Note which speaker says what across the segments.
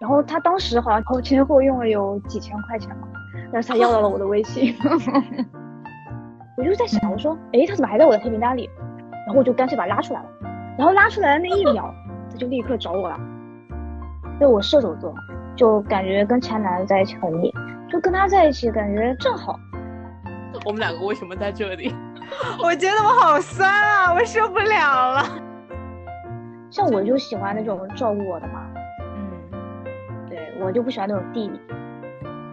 Speaker 1: 然后他当时好像后前后用了有几千块钱吧，但是他要到了我的微信。 我就在想，我说，哎，他怎么还在我的黑名单里？然后我就干脆把他拉出来了。然后拉出来的那一秒，他就立刻找我了。对我射手座，就感觉跟前男在一起很腻，就跟他在一起感觉正好。
Speaker 2: 我们两个为什么在这 里？
Speaker 3: 我觉得我好酸啊，我受不了了。
Speaker 1: 像我就喜欢那种照顾我的嘛，
Speaker 3: 嗯，
Speaker 1: 对我就不喜欢那种弟弟。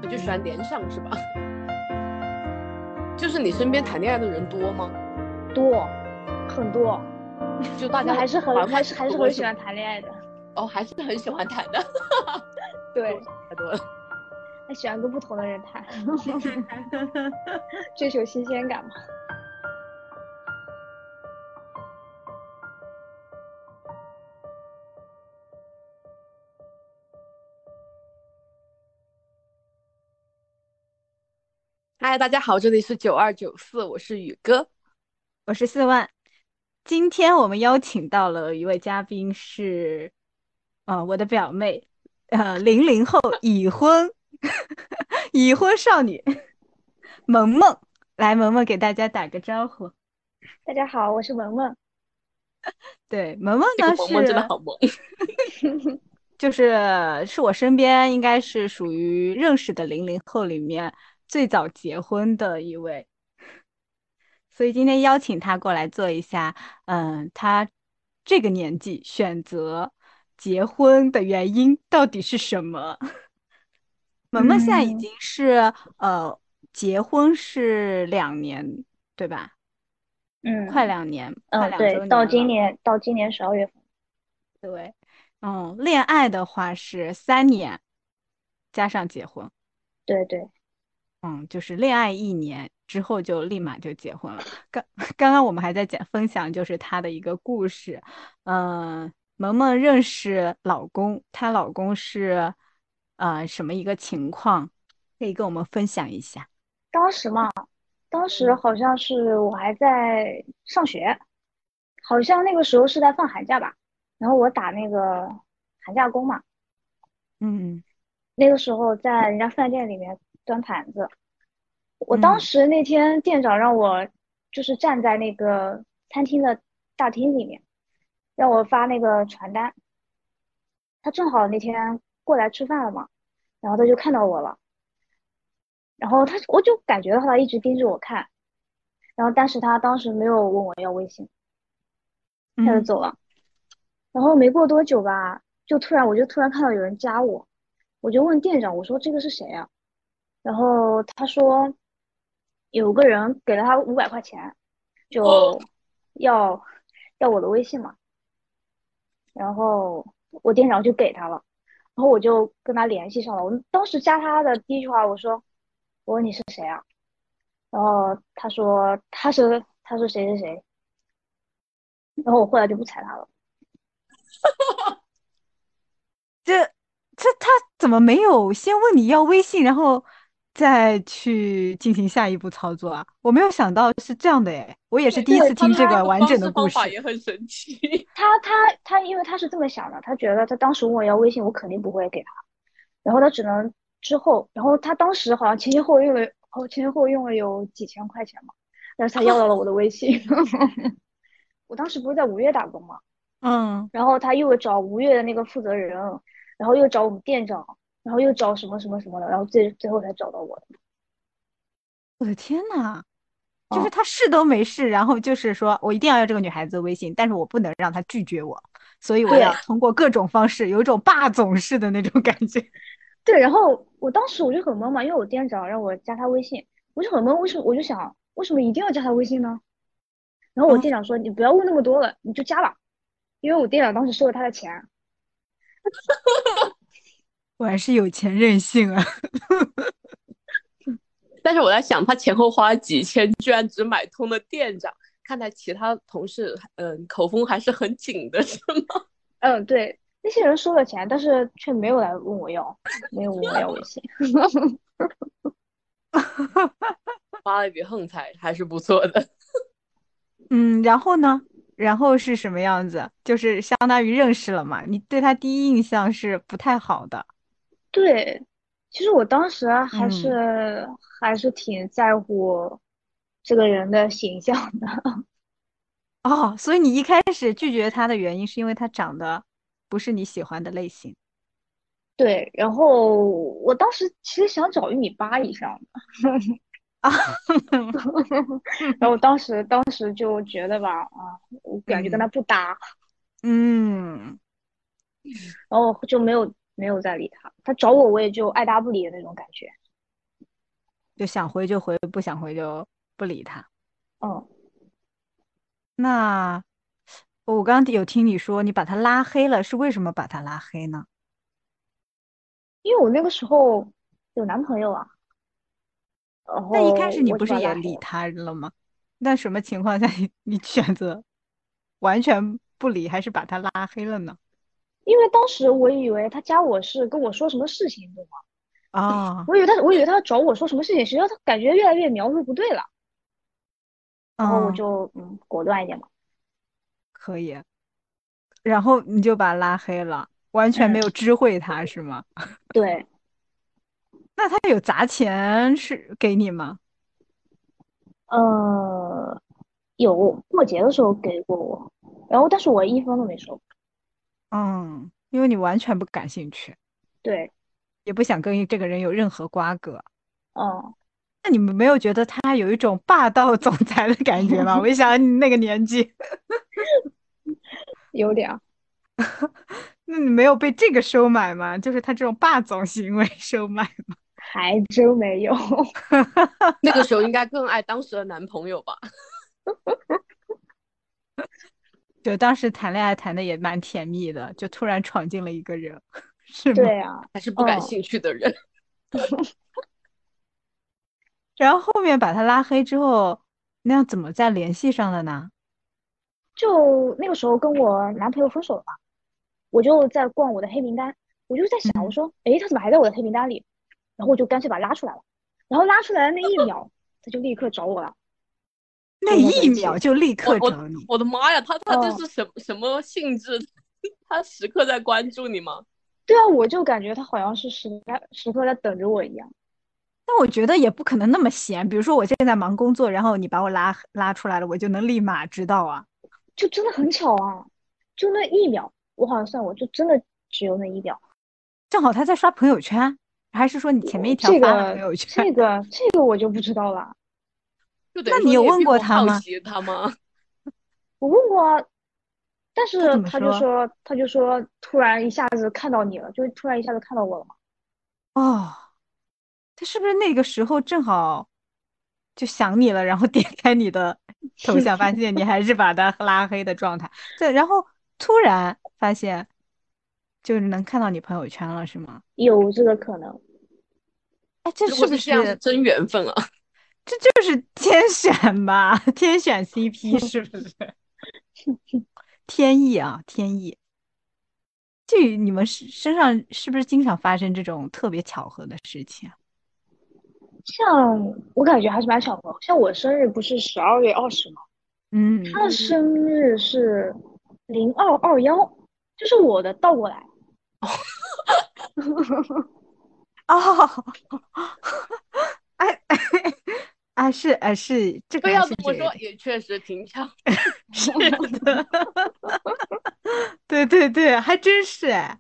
Speaker 2: 我就喜欢连上是吧？ 就是你身边谈恋爱的人多吗？
Speaker 1: 多，很多。
Speaker 2: 就大
Speaker 1: 那
Speaker 2: 家
Speaker 1: 还是很
Speaker 2: 玩
Speaker 1: 还是还是
Speaker 2: 多
Speaker 1: 很喜欢谈恋爱的。
Speaker 2: 哦，还是很喜欢谈的，
Speaker 1: 对，
Speaker 2: 太多了。
Speaker 1: 他喜欢跟不同的人 谈，追求新鲜感嘛。
Speaker 2: 嗨，大家好，这里是九二九四，我是宇哥。
Speaker 3: 我是四万，今天我们邀请到了一位嘉宾是，呃，我的表妹，呃，零零后已婚 已婚少女萌萌，来，萌萌给大家打个招呼。
Speaker 1: 大家好，我是萌萌。
Speaker 3: 对，萌萌
Speaker 2: 这
Speaker 3: 呢
Speaker 2: 个萌萌真的
Speaker 3: 是
Speaker 2: 好萌，
Speaker 3: 就是是我身边应该是属于认识的零零后里面最早结婚的一位，所以今天邀请他过来做一下，嗯，他这个年纪选择结婚的原因到底是什么？萌萌现在已
Speaker 1: 嗯
Speaker 3: 经是、呃结婚是两年对吧？
Speaker 1: 嗯，
Speaker 3: 快两年，
Speaker 1: 嗯，
Speaker 3: 快两周
Speaker 1: 对，到
Speaker 3: 年
Speaker 1: 今
Speaker 3: 了
Speaker 1: 年到今年十二月份。
Speaker 3: 对，嗯，恋爱的话是三年，加上结婚，
Speaker 1: 对对，
Speaker 3: 嗯，就是恋爱一年之后就立马就结婚了。刚 刚刚我们还在讲分享，就是她的一个故事，嗯、萌萌认识老公，她老公是呃什么一个情况，可以跟我们分享一下。
Speaker 1: 当时嘛，当
Speaker 3: 嗯
Speaker 1: 时好像是我还在上学，好像那个时候是在放寒假吧，然后我打那个寒假工嘛，
Speaker 3: 嗯
Speaker 1: 那个时候在人家饭店里面端盘子，我当
Speaker 3: 嗯
Speaker 1: 时那天店长让我就是站在那个餐厅的大厅里面，让我发那个传单。他正好那天过来吃饭了嘛，然后他就看到我了，然后他我就感觉到他一直盯着我看，然后但是他当时没有问我要微信，他就
Speaker 3: 嗯
Speaker 1: 走了。然后没过多久吧，就突然我就突然看到有人加我，我就问店长，我说这个是谁呀、然后他说有个人给了他五百块钱，就
Speaker 2: 哦
Speaker 1: 要要我的微信嘛。然后我店长就给他了，然后我就跟他联系上了。我当时加他的第一句话，我说我说你是谁啊？然后他说他是他是谁谁谁，然后我后来就不睬他了。
Speaker 3: 这这他怎么没有先问你要微信，然后再去进行下一步操作啊？我没有想到是这样的诶，我也是第一
Speaker 1: 对
Speaker 3: 次
Speaker 2: 他
Speaker 3: 听这
Speaker 2: 拉
Speaker 3: 个
Speaker 2: 的
Speaker 3: 完
Speaker 2: 方
Speaker 3: 整
Speaker 2: 式
Speaker 3: 的
Speaker 2: 方
Speaker 3: 故
Speaker 2: 法
Speaker 3: 事。
Speaker 2: 也很神奇。
Speaker 1: 他他他，因为他是这么想的，他觉得他当时问我要微信，我肯定不会给他，然后他只能之后，然后他当时好像前前后后用了，哦前前后后用了有几千块钱嘛，但是他要到了我的微信。 我当时不是在五月打工嘛，
Speaker 3: 嗯，
Speaker 1: 然后他又找吴越的那个负责人，然后又找我们店长，然后又找什么什么什么的，然后最最后才找到我的。
Speaker 3: 我的天呐，就是
Speaker 1: 哦
Speaker 3: 他试都没试，然后就是说我一定要要这个女孩子的微信，但是我不能让她拒绝我，所以我
Speaker 1: 对
Speaker 2: 啊
Speaker 3: 要通过各种方式，有一种霸总式的那种感觉。
Speaker 1: 对，然后我当时我就很懵嘛，因为我店长让我加他微信，我就很懵，为什么我就想为什么一定要加他微信呢？然后我
Speaker 3: 嗯
Speaker 1: 店长说：“你不要问那么多了，你就加吧。”因为我店长当时收了他的钱，
Speaker 3: 果然是有钱任性啊！
Speaker 2: 但是我在想，他前后花了几千，居然只买通了店长。看来其他同事，嗯、口风还是很紧的，是吗？
Speaker 1: 嗯，对，那些人收了钱，但是却没有来问我要，没有问我要微信。
Speaker 2: 发了一笔横财，还是不错的。
Speaker 3: 嗯，然后呢？然后是什么样子？就是相当于认识了嘛，你对他第一印象是不太好的。
Speaker 1: 对，其实我当时啊还
Speaker 3: 嗯
Speaker 1: 是、还是挺在乎这个人的形象的。
Speaker 3: 哦，所以你一开始拒绝他的原因是因为他长得不是你喜欢的类型。
Speaker 1: 对，然后我当时其实想找一米八以上的，然后当时当时就觉得吧，啊，我感觉跟他不搭，
Speaker 3: 嗯，
Speaker 1: 然后就没有没有再理他。他找我，我也就爱搭不理的那种感觉。
Speaker 3: 就想回就回，不想回就不理他。
Speaker 1: 嗯，
Speaker 3: 那我刚刚有听你说你把他拉黑了，是为什么把他拉黑呢？
Speaker 1: 因为我那个时候有男朋友啊，然
Speaker 3: 那一开
Speaker 1: 后
Speaker 3: 始你
Speaker 1: 哦我
Speaker 3: 不
Speaker 1: 就是把他
Speaker 3: 也
Speaker 1: 拉黑
Speaker 3: 理
Speaker 1: 了
Speaker 3: 他了吗？那什么情况下你你选择 完全不理，还是把他拉黑了呢？
Speaker 1: 因为当时我以为他加我是跟我说什么事情，你懂吗？
Speaker 3: 啊、
Speaker 1: 我以为他，我以为他找我说什么事情，谁知道他感觉越来越描述不对了，然后我
Speaker 3: 嗯，
Speaker 1: 就嗯果断一点嘛，
Speaker 3: 可以。然后你就把他拉黑了，完全没
Speaker 1: 嗯，
Speaker 3: 有知会他是吗？
Speaker 1: 对，
Speaker 3: 那他有砸钱是给你吗？
Speaker 1: 呃，有过节的时候给过我，然后但是我一分都没收，
Speaker 3: 嗯，因为你完全不感兴趣，
Speaker 1: 对，
Speaker 3: 也不想跟这个人有任何瓜葛。
Speaker 1: 嗯，
Speaker 3: 那你们没有觉得他有一种霸道总裁的感觉吗？我一想你那个年纪，
Speaker 1: 有点儿，
Speaker 3: 那你没有被这个收买吗？就是他这种霸总行为收买 吗？
Speaker 1: 还真没有，
Speaker 2: 那个时候应该更爱当时的男朋友吧？
Speaker 3: 就当时谈恋爱谈的也蛮甜蜜的，就突然闯进了一个人， 是吗？
Speaker 1: 对啊，
Speaker 2: 还是不感
Speaker 1: 嗯，
Speaker 2: 兴趣的人？
Speaker 3: 然后后面把他拉黑之后，那要怎么再联系上的呢？
Speaker 1: 就那个时候跟我男朋友分手了嘛，我就在逛我的黑名单，我就在想，我
Speaker 3: 嗯，
Speaker 1: 说，诶，他怎么还在我的黑名单里？然后我就干脆把他拉出来了，然后拉出来的那一秒，他就立刻找我了，
Speaker 3: 那
Speaker 1: 多么
Speaker 3: 一
Speaker 1: 神
Speaker 3: 秒
Speaker 1: 奇！
Speaker 3: 就立
Speaker 2: 我
Speaker 3: 刻
Speaker 2: 我
Speaker 3: 找你。
Speaker 2: 我的妈呀，他他这
Speaker 1: 嗯，
Speaker 2: 是什什么性质？ 他时刻在关注你吗？
Speaker 1: 对啊，我就感觉他好像是时在时刻在等着我一样。
Speaker 3: 但我觉得也不可能那么闲，比如说我现在忙工作，然后你把我拉拉出来了，我就能立马知道啊。
Speaker 1: 就真的很巧啊，就那一秒，我好像算我就真的只有那一秒。
Speaker 3: 正好他在刷朋友圈，还是说你前面一
Speaker 1: 我
Speaker 3: 条
Speaker 1: 这
Speaker 3: 发了朋
Speaker 1: 个
Speaker 3: 友圈？
Speaker 1: 这个这个我就不知道了。
Speaker 2: 就等
Speaker 3: 那
Speaker 2: 于说
Speaker 3: 你有
Speaker 2: 你也
Speaker 3: 问
Speaker 2: 并
Speaker 3: 过
Speaker 2: 不
Speaker 3: 他
Speaker 2: 好
Speaker 3: 吗？
Speaker 2: 奇他吗？
Speaker 1: 我问过啊，但
Speaker 3: 他
Speaker 1: 是
Speaker 3: 怎么
Speaker 1: 他就
Speaker 3: 说？
Speaker 1: 说他就说突然一下子看到你了，就突然一下子看到我了嘛。
Speaker 3: 哦，他是不是那个时候正好就想你了，然后点开 你的头像，发现你还是把他拉黑的状态？对，然后突然发现就是能看到你朋友圈了，是吗？
Speaker 1: 有这个可能，
Speaker 3: 哎，这
Speaker 2: 如
Speaker 3: 是
Speaker 2: 果
Speaker 3: 不
Speaker 2: 是这样，是
Speaker 3: 是
Speaker 2: 真缘分啊！
Speaker 3: 这就是天选吧？ 天选 CP 是不是？天意啊，天意！这你们是身上是不是经常发生这种特别巧合的事情啊？
Speaker 1: 像我感觉还是蛮巧合。像我生日不是十二月二十吗？
Speaker 3: 嗯，
Speaker 1: 他的生日是零二二幺，就是我的倒过来。
Speaker 3: 哦，哎哎是哎是，这个
Speaker 2: 非
Speaker 3: 还
Speaker 2: 要
Speaker 3: 是
Speaker 2: 这么
Speaker 3: 对
Speaker 2: 说，
Speaker 3: 的，
Speaker 2: 也确实挺巧。
Speaker 3: 是的， 对对对，还真是哎。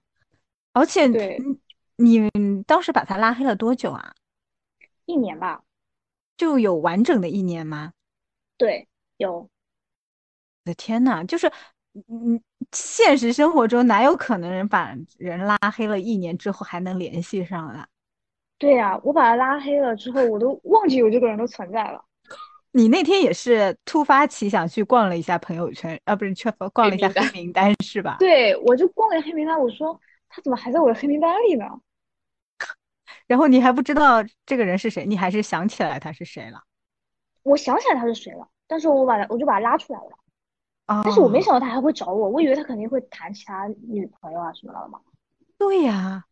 Speaker 3: 而且
Speaker 1: 对，
Speaker 3: 你你当时把他拉黑了多久啊？
Speaker 1: 一年吧。
Speaker 3: 就有完整的一年吗？
Speaker 1: 对，有。
Speaker 3: 我的天呐，就是嗯，现实生活中哪有可能人把人拉黑了一年之后还能联系上啊？
Speaker 1: 对呀，我把他拉黑了之后，我都忘记有这个人的存在了。
Speaker 3: 你那天也是突发奇想去逛了一下朋友圈，啊，不是去逛
Speaker 2: 黑
Speaker 3: 了一下
Speaker 2: 名
Speaker 3: 黑
Speaker 2: 单，
Speaker 3: 名单是吧？
Speaker 1: 对，我就逛了黑名单，我说他怎么还在我的黑名单里呢？
Speaker 3: 然后你还不知道这个人是谁，你还是想起来他是谁了
Speaker 1: 我想起来他是谁了，但是我把他，我就把他拉出来了。但是我没
Speaker 3: 啊？
Speaker 1: 想到他还会找我，我以为他肯定会谈其他女朋友啊什么的嘛，
Speaker 3: 对呀，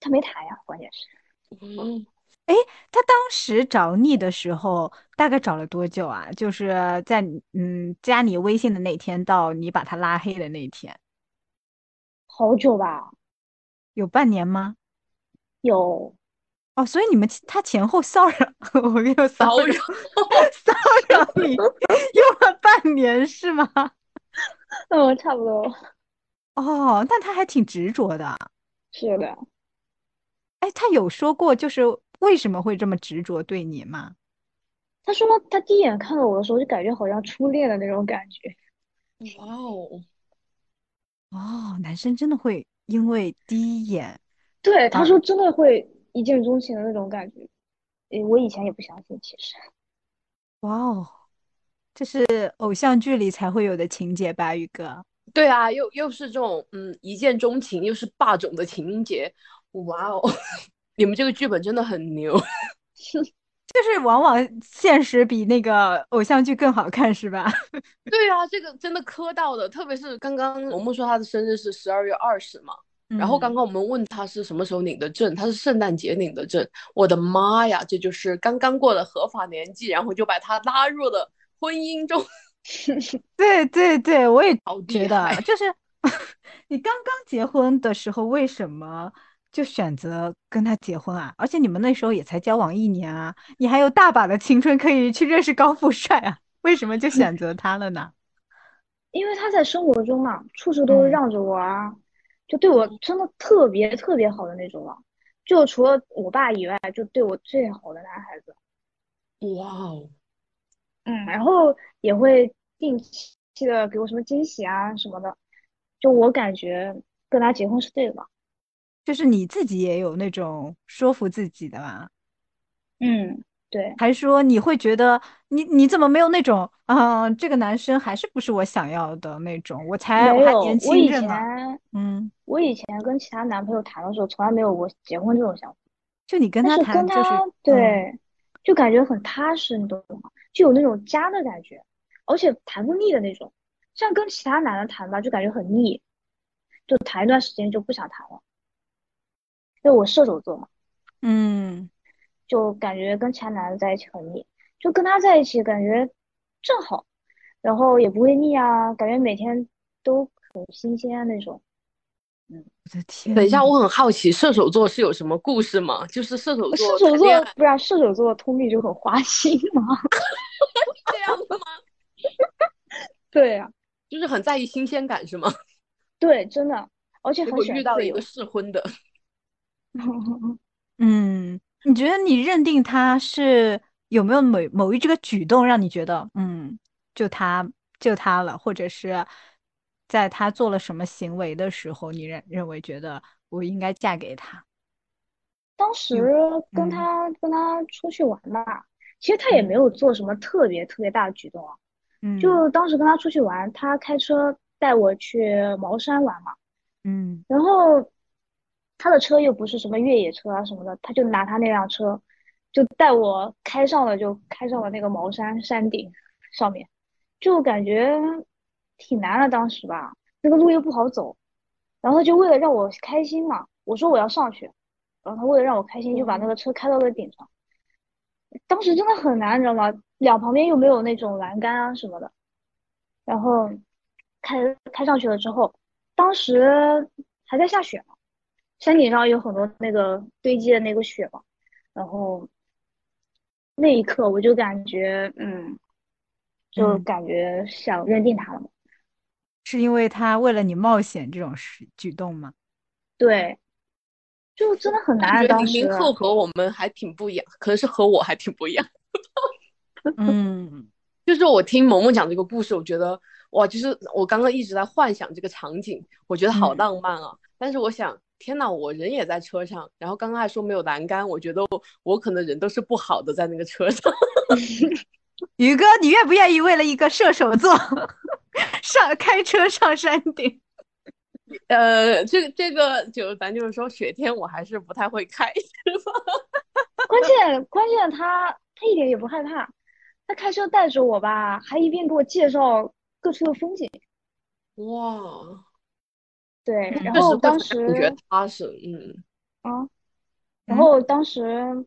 Speaker 1: 他没谈呀，关键是。
Speaker 2: 嗯，
Speaker 3: 哎，他当时找你的时候，大概找了多久啊？就是在你嗯加你微信的那天到你把他拉黑的那一天，
Speaker 1: 好久吧，
Speaker 3: 有半年吗？
Speaker 1: 有
Speaker 3: 哦，所以你们他前后骚扰， 我没有骚
Speaker 2: 骚
Speaker 3: 扰
Speaker 2: 扰
Speaker 3: 骚扰你，用了半年是吗？
Speaker 1: 嗯，差不多
Speaker 3: 哦，但他还挺执着的。啊
Speaker 1: 是的。
Speaker 3: 哎，他有说过就是为什么会这么执着对你吗？
Speaker 1: 他说他第一眼看到我的时候，就感觉好像初恋的那种感觉。
Speaker 2: 哇哦，
Speaker 3: 哦，男生真的会因为第一眼，
Speaker 1: 对，他
Speaker 3: 啊
Speaker 1: 说真的会一见钟情的那种感觉。诶，我以前也不相信，其实
Speaker 3: 哇哦，这是偶像剧里才会有的情节吧，宇哥？
Speaker 2: 对啊，又又是这种嗯一见钟情，又是霸总的情节，哇哦， 你们这个剧本真的很牛。
Speaker 3: 就是往往现实比那个偶像剧更好看，是吧？
Speaker 2: 对啊，这个真的磕到的，特别是刚刚萌萌说她的生日是十二月二十嘛，然后刚
Speaker 3: 嗯
Speaker 2: 刚我们问她是什么时候领的证，她是圣诞节领的证，我的妈呀，这就是刚刚过了合法年纪，然后就把她拉入了婚姻中，
Speaker 3: 对对对，我也
Speaker 2: 好
Speaker 3: 觉
Speaker 2: 厉
Speaker 3: 得，
Speaker 2: 害！
Speaker 3: 就是 你刚刚结婚的时候，为什么就选择跟他结婚啊？而且你们那时候也才交往一年啊，你还有大把的青春可以去认识高富帅啊，为什么就选择他了呢？
Speaker 1: 因为他在生活中嘛，处处都
Speaker 3: 嗯
Speaker 1: 让着我啊，就对我真的特别特别好的那种了。就除了我爸以外，就对我最好的男孩子。
Speaker 2: 哇哦，
Speaker 1: 嗯，然后也会定期的给我什么惊喜啊什么的。就我感觉跟他结婚是对的吧。
Speaker 3: 就是你自己也有那种说服自己的吧？
Speaker 1: 嗯，对，
Speaker 3: 还说你会觉得你你怎么没有那种，嗯、这个男生还是不是我想要的那种？我才我
Speaker 1: 没
Speaker 3: 还
Speaker 1: 有，
Speaker 3: 年
Speaker 1: 我
Speaker 3: 轻
Speaker 1: 以
Speaker 3: 着
Speaker 1: 前。
Speaker 3: 呢，嗯，
Speaker 1: 我以前跟其他男朋友谈的时候，从来没有过结婚这种想法，
Speaker 3: 就你跟
Speaker 1: 但
Speaker 3: 他
Speaker 1: 是跟
Speaker 3: 谈就是，
Speaker 1: 他
Speaker 3: 嗯。
Speaker 1: 对，就感觉很踏实，你懂吗？就有那种家的感觉，而且谈不腻的那种。像跟其他男的谈吧，就感觉很腻，就谈一段时间就不想谈了。因为我射手座嘛，
Speaker 3: 嗯，
Speaker 1: 就感觉跟其他男的在一起很腻，就跟他在一起感觉正好，然后也不会腻啊，感觉每天都很新鲜啊那种。嗯，
Speaker 3: 我的
Speaker 2: 等一
Speaker 3: 天
Speaker 2: 下，
Speaker 3: 呐，
Speaker 2: 我很好奇射手座是有什么故事吗？就是射手
Speaker 1: 呃射手
Speaker 2: 座谈恋
Speaker 1: 座
Speaker 2: 爱
Speaker 1: 不是啊射手座通病就很花心嘛。
Speaker 2: 是这样 的吗？
Speaker 1: 对
Speaker 2: 啊
Speaker 1: 呀、
Speaker 2: 就是很在意新鲜感是吗？
Speaker 1: 对，真的，而且
Speaker 2: 结
Speaker 1: 很
Speaker 2: 果
Speaker 1: 喜
Speaker 2: 遇
Speaker 1: 欢
Speaker 2: 到了
Speaker 1: 自
Speaker 2: 一个
Speaker 1: 由。
Speaker 2: 适婚的，
Speaker 3: 嗯，你觉得你认定他是有没有某某一这个举动让你觉得，嗯，就他就他了，或者是在他做了什么行为的时候，你认认为觉得我应该嫁给他？
Speaker 1: 当时
Speaker 3: 有，
Speaker 1: 跟
Speaker 3: 嗯
Speaker 1: 他跟他出去玩嘛，其实他也没
Speaker 3: 嗯
Speaker 1: 有做什么特别特别大的举动啊。
Speaker 3: 嗯
Speaker 1: 就当时跟他出去玩，他开车带我去茅山玩嘛，
Speaker 3: 嗯，
Speaker 1: 然后他的车又不是什么越野车啊什么的，他就拿他那辆车就带我开上了，就开上了那个茅山山顶上面，就感觉挺难的。当时吧，那个路又不好走，然后他就为了让我开心嘛，我说我要上去，然后他为了让我开心，就把那
Speaker 2: 哇
Speaker 1: 个车开到了顶上。当时真的很难，你知道吗？两旁边又没有那种栏杆啊什么的，然后开开上去了之后，当时还在下雪嘛，山顶上有很多那个堆积的那个雪嘛，然后那一刻我就感觉，嗯，就
Speaker 3: 嗯，
Speaker 1: 感觉想认定他了嘛，
Speaker 3: 是因为他为了你冒险这种事举动 吗？
Speaker 1: 对，就真的很
Speaker 2: 感
Speaker 1: 难。
Speaker 2: 觉
Speaker 1: 当
Speaker 2: 零零
Speaker 1: 时，啊
Speaker 2: 后和我们还挺不一样，可能是和我还挺不一样。
Speaker 3: 嗯
Speaker 2: 就是我听萌萌讲这个故事，我觉得哇，就是我刚刚一直在幻想这个场景，我觉得好
Speaker 3: 嗯
Speaker 2: 浪漫啊。但是我想，天呐，我人也在车上，然后刚刚还说没有栏杆，我觉得我可能人都是不好的在那个车上。
Speaker 3: 宇哥，你愿不愿意为了一个射手座 上开车上山顶？
Speaker 2: 呃，这个这个就咱就是说，雪天我还是不太会开，是吧？
Speaker 1: 关键关键他他一点也不害怕，他开车带着我吧，还一边给我介绍各处的风景。
Speaker 2: 哇，
Speaker 1: 对，然
Speaker 2: 确后
Speaker 3: 嗯
Speaker 1: 后
Speaker 2: 会
Speaker 1: 当
Speaker 2: 感觉
Speaker 1: 时
Speaker 2: 踏实，嗯，
Speaker 1: 啊，然
Speaker 3: 嗯
Speaker 1: 后当时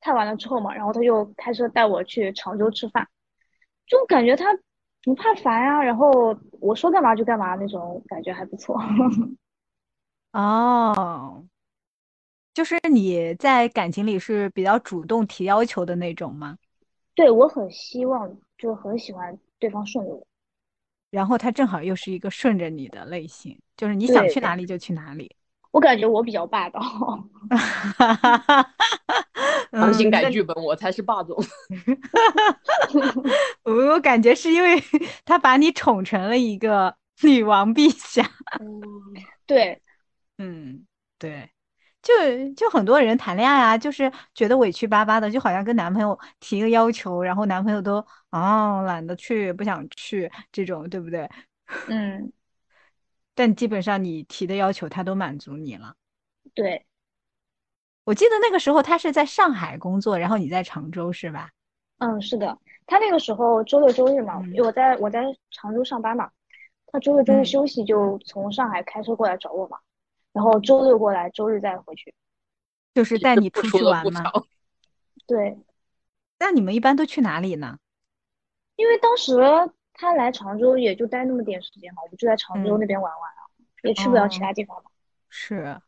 Speaker 1: 看完了之后嘛，然后他就开车带我去常州吃饭，就感觉他不怕烦啊，然后我说干嘛就干嘛那种感觉还不错。
Speaker 3: 哦，就是你在感情里是比较主动提要求的那种吗？
Speaker 1: 对，我很希望，就很喜欢对方顺着我。
Speaker 3: 然后他正好又是一个顺着你的类型，就是你
Speaker 1: 对
Speaker 3: 想去
Speaker 1: 对
Speaker 3: 哪里就去哪 里。
Speaker 1: 我感觉我比较霸道，
Speaker 2: 强行
Speaker 3: 嗯
Speaker 2: 改
Speaker 3: 那
Speaker 2: 剧本，我才是霸总。
Speaker 3: 哦我我感觉是因为 他把你宠成了一个女王陛下。
Speaker 1: 对，
Speaker 3: 嗯，对，就就很多人谈恋爱啊，就是觉得委屈巴巴的，就好像跟男朋友提个要求，然后男朋友都哦懒得去，不想去这种，对不对？
Speaker 1: 嗯，
Speaker 3: 但基本上你提的要求他都满足你了。
Speaker 1: 对，
Speaker 3: 我记得那个时候他是在上海工作，然后你在常州是吧？
Speaker 1: 嗯，是的。他那个时候周六周日嘛，
Speaker 3: 嗯
Speaker 1: 因为我在我在常州上班嘛，他周六周日
Speaker 3: 嗯
Speaker 1: 休息就从上海开车过来找我嘛，然后周六过来，周日再回去。
Speaker 3: 就是带你出
Speaker 2: 除
Speaker 3: 去
Speaker 2: 了
Speaker 3: 玩
Speaker 2: 不
Speaker 3: 吗？
Speaker 2: 少，
Speaker 1: 对，
Speaker 3: 那你们一般都去哪里呢？
Speaker 1: 因为当时他来常州也就待那么点时间嘛，我们就在常州
Speaker 3: 嗯
Speaker 1: 那边玩玩啊，也去不了其
Speaker 3: 哦
Speaker 1: 他地方嘛。
Speaker 3: 是，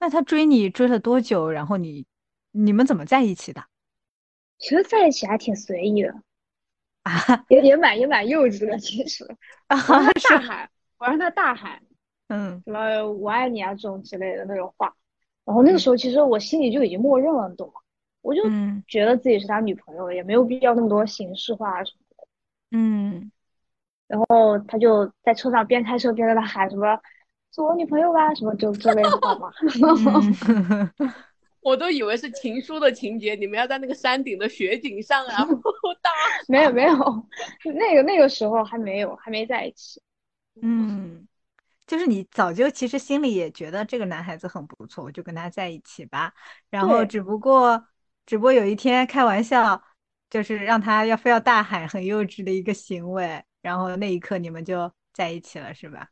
Speaker 3: 那他追你追了多久？然后你你们怎么在一起的？
Speaker 1: 其实在一起还挺随意的，
Speaker 3: 啊，
Speaker 1: 也也蛮也蛮幼稚的。其 实我让他大喊，我让他大喊
Speaker 3: 嗯
Speaker 1: 什么“我爱你”啊这种之类的那种话。然后那个时候其实我心里就已经默认了，你懂吗？我就
Speaker 3: 嗯
Speaker 1: 觉得自己是他女朋友，也没有必要那么多形式化啊什么的。
Speaker 3: 嗯，
Speaker 1: 然后他就在车上边开车边在那喊什么“做我女朋友吧”什么就这类的话嘛。
Speaker 3: 嗯
Speaker 2: 我都以为是情书的情节，你们要在那个山顶的雪景上啊，大
Speaker 1: 没有没有，那个那个时候还没有，还没在一起。
Speaker 3: 嗯，就是你早就其实心里也觉得这个男孩子很不错，我就跟他在一起吧。然后
Speaker 1: 对
Speaker 3: 只不过，只不过有一天开玩笑，就是让他要非要大喊很幼稚的一个行为，然后那一刻你们就在一起了，是吧？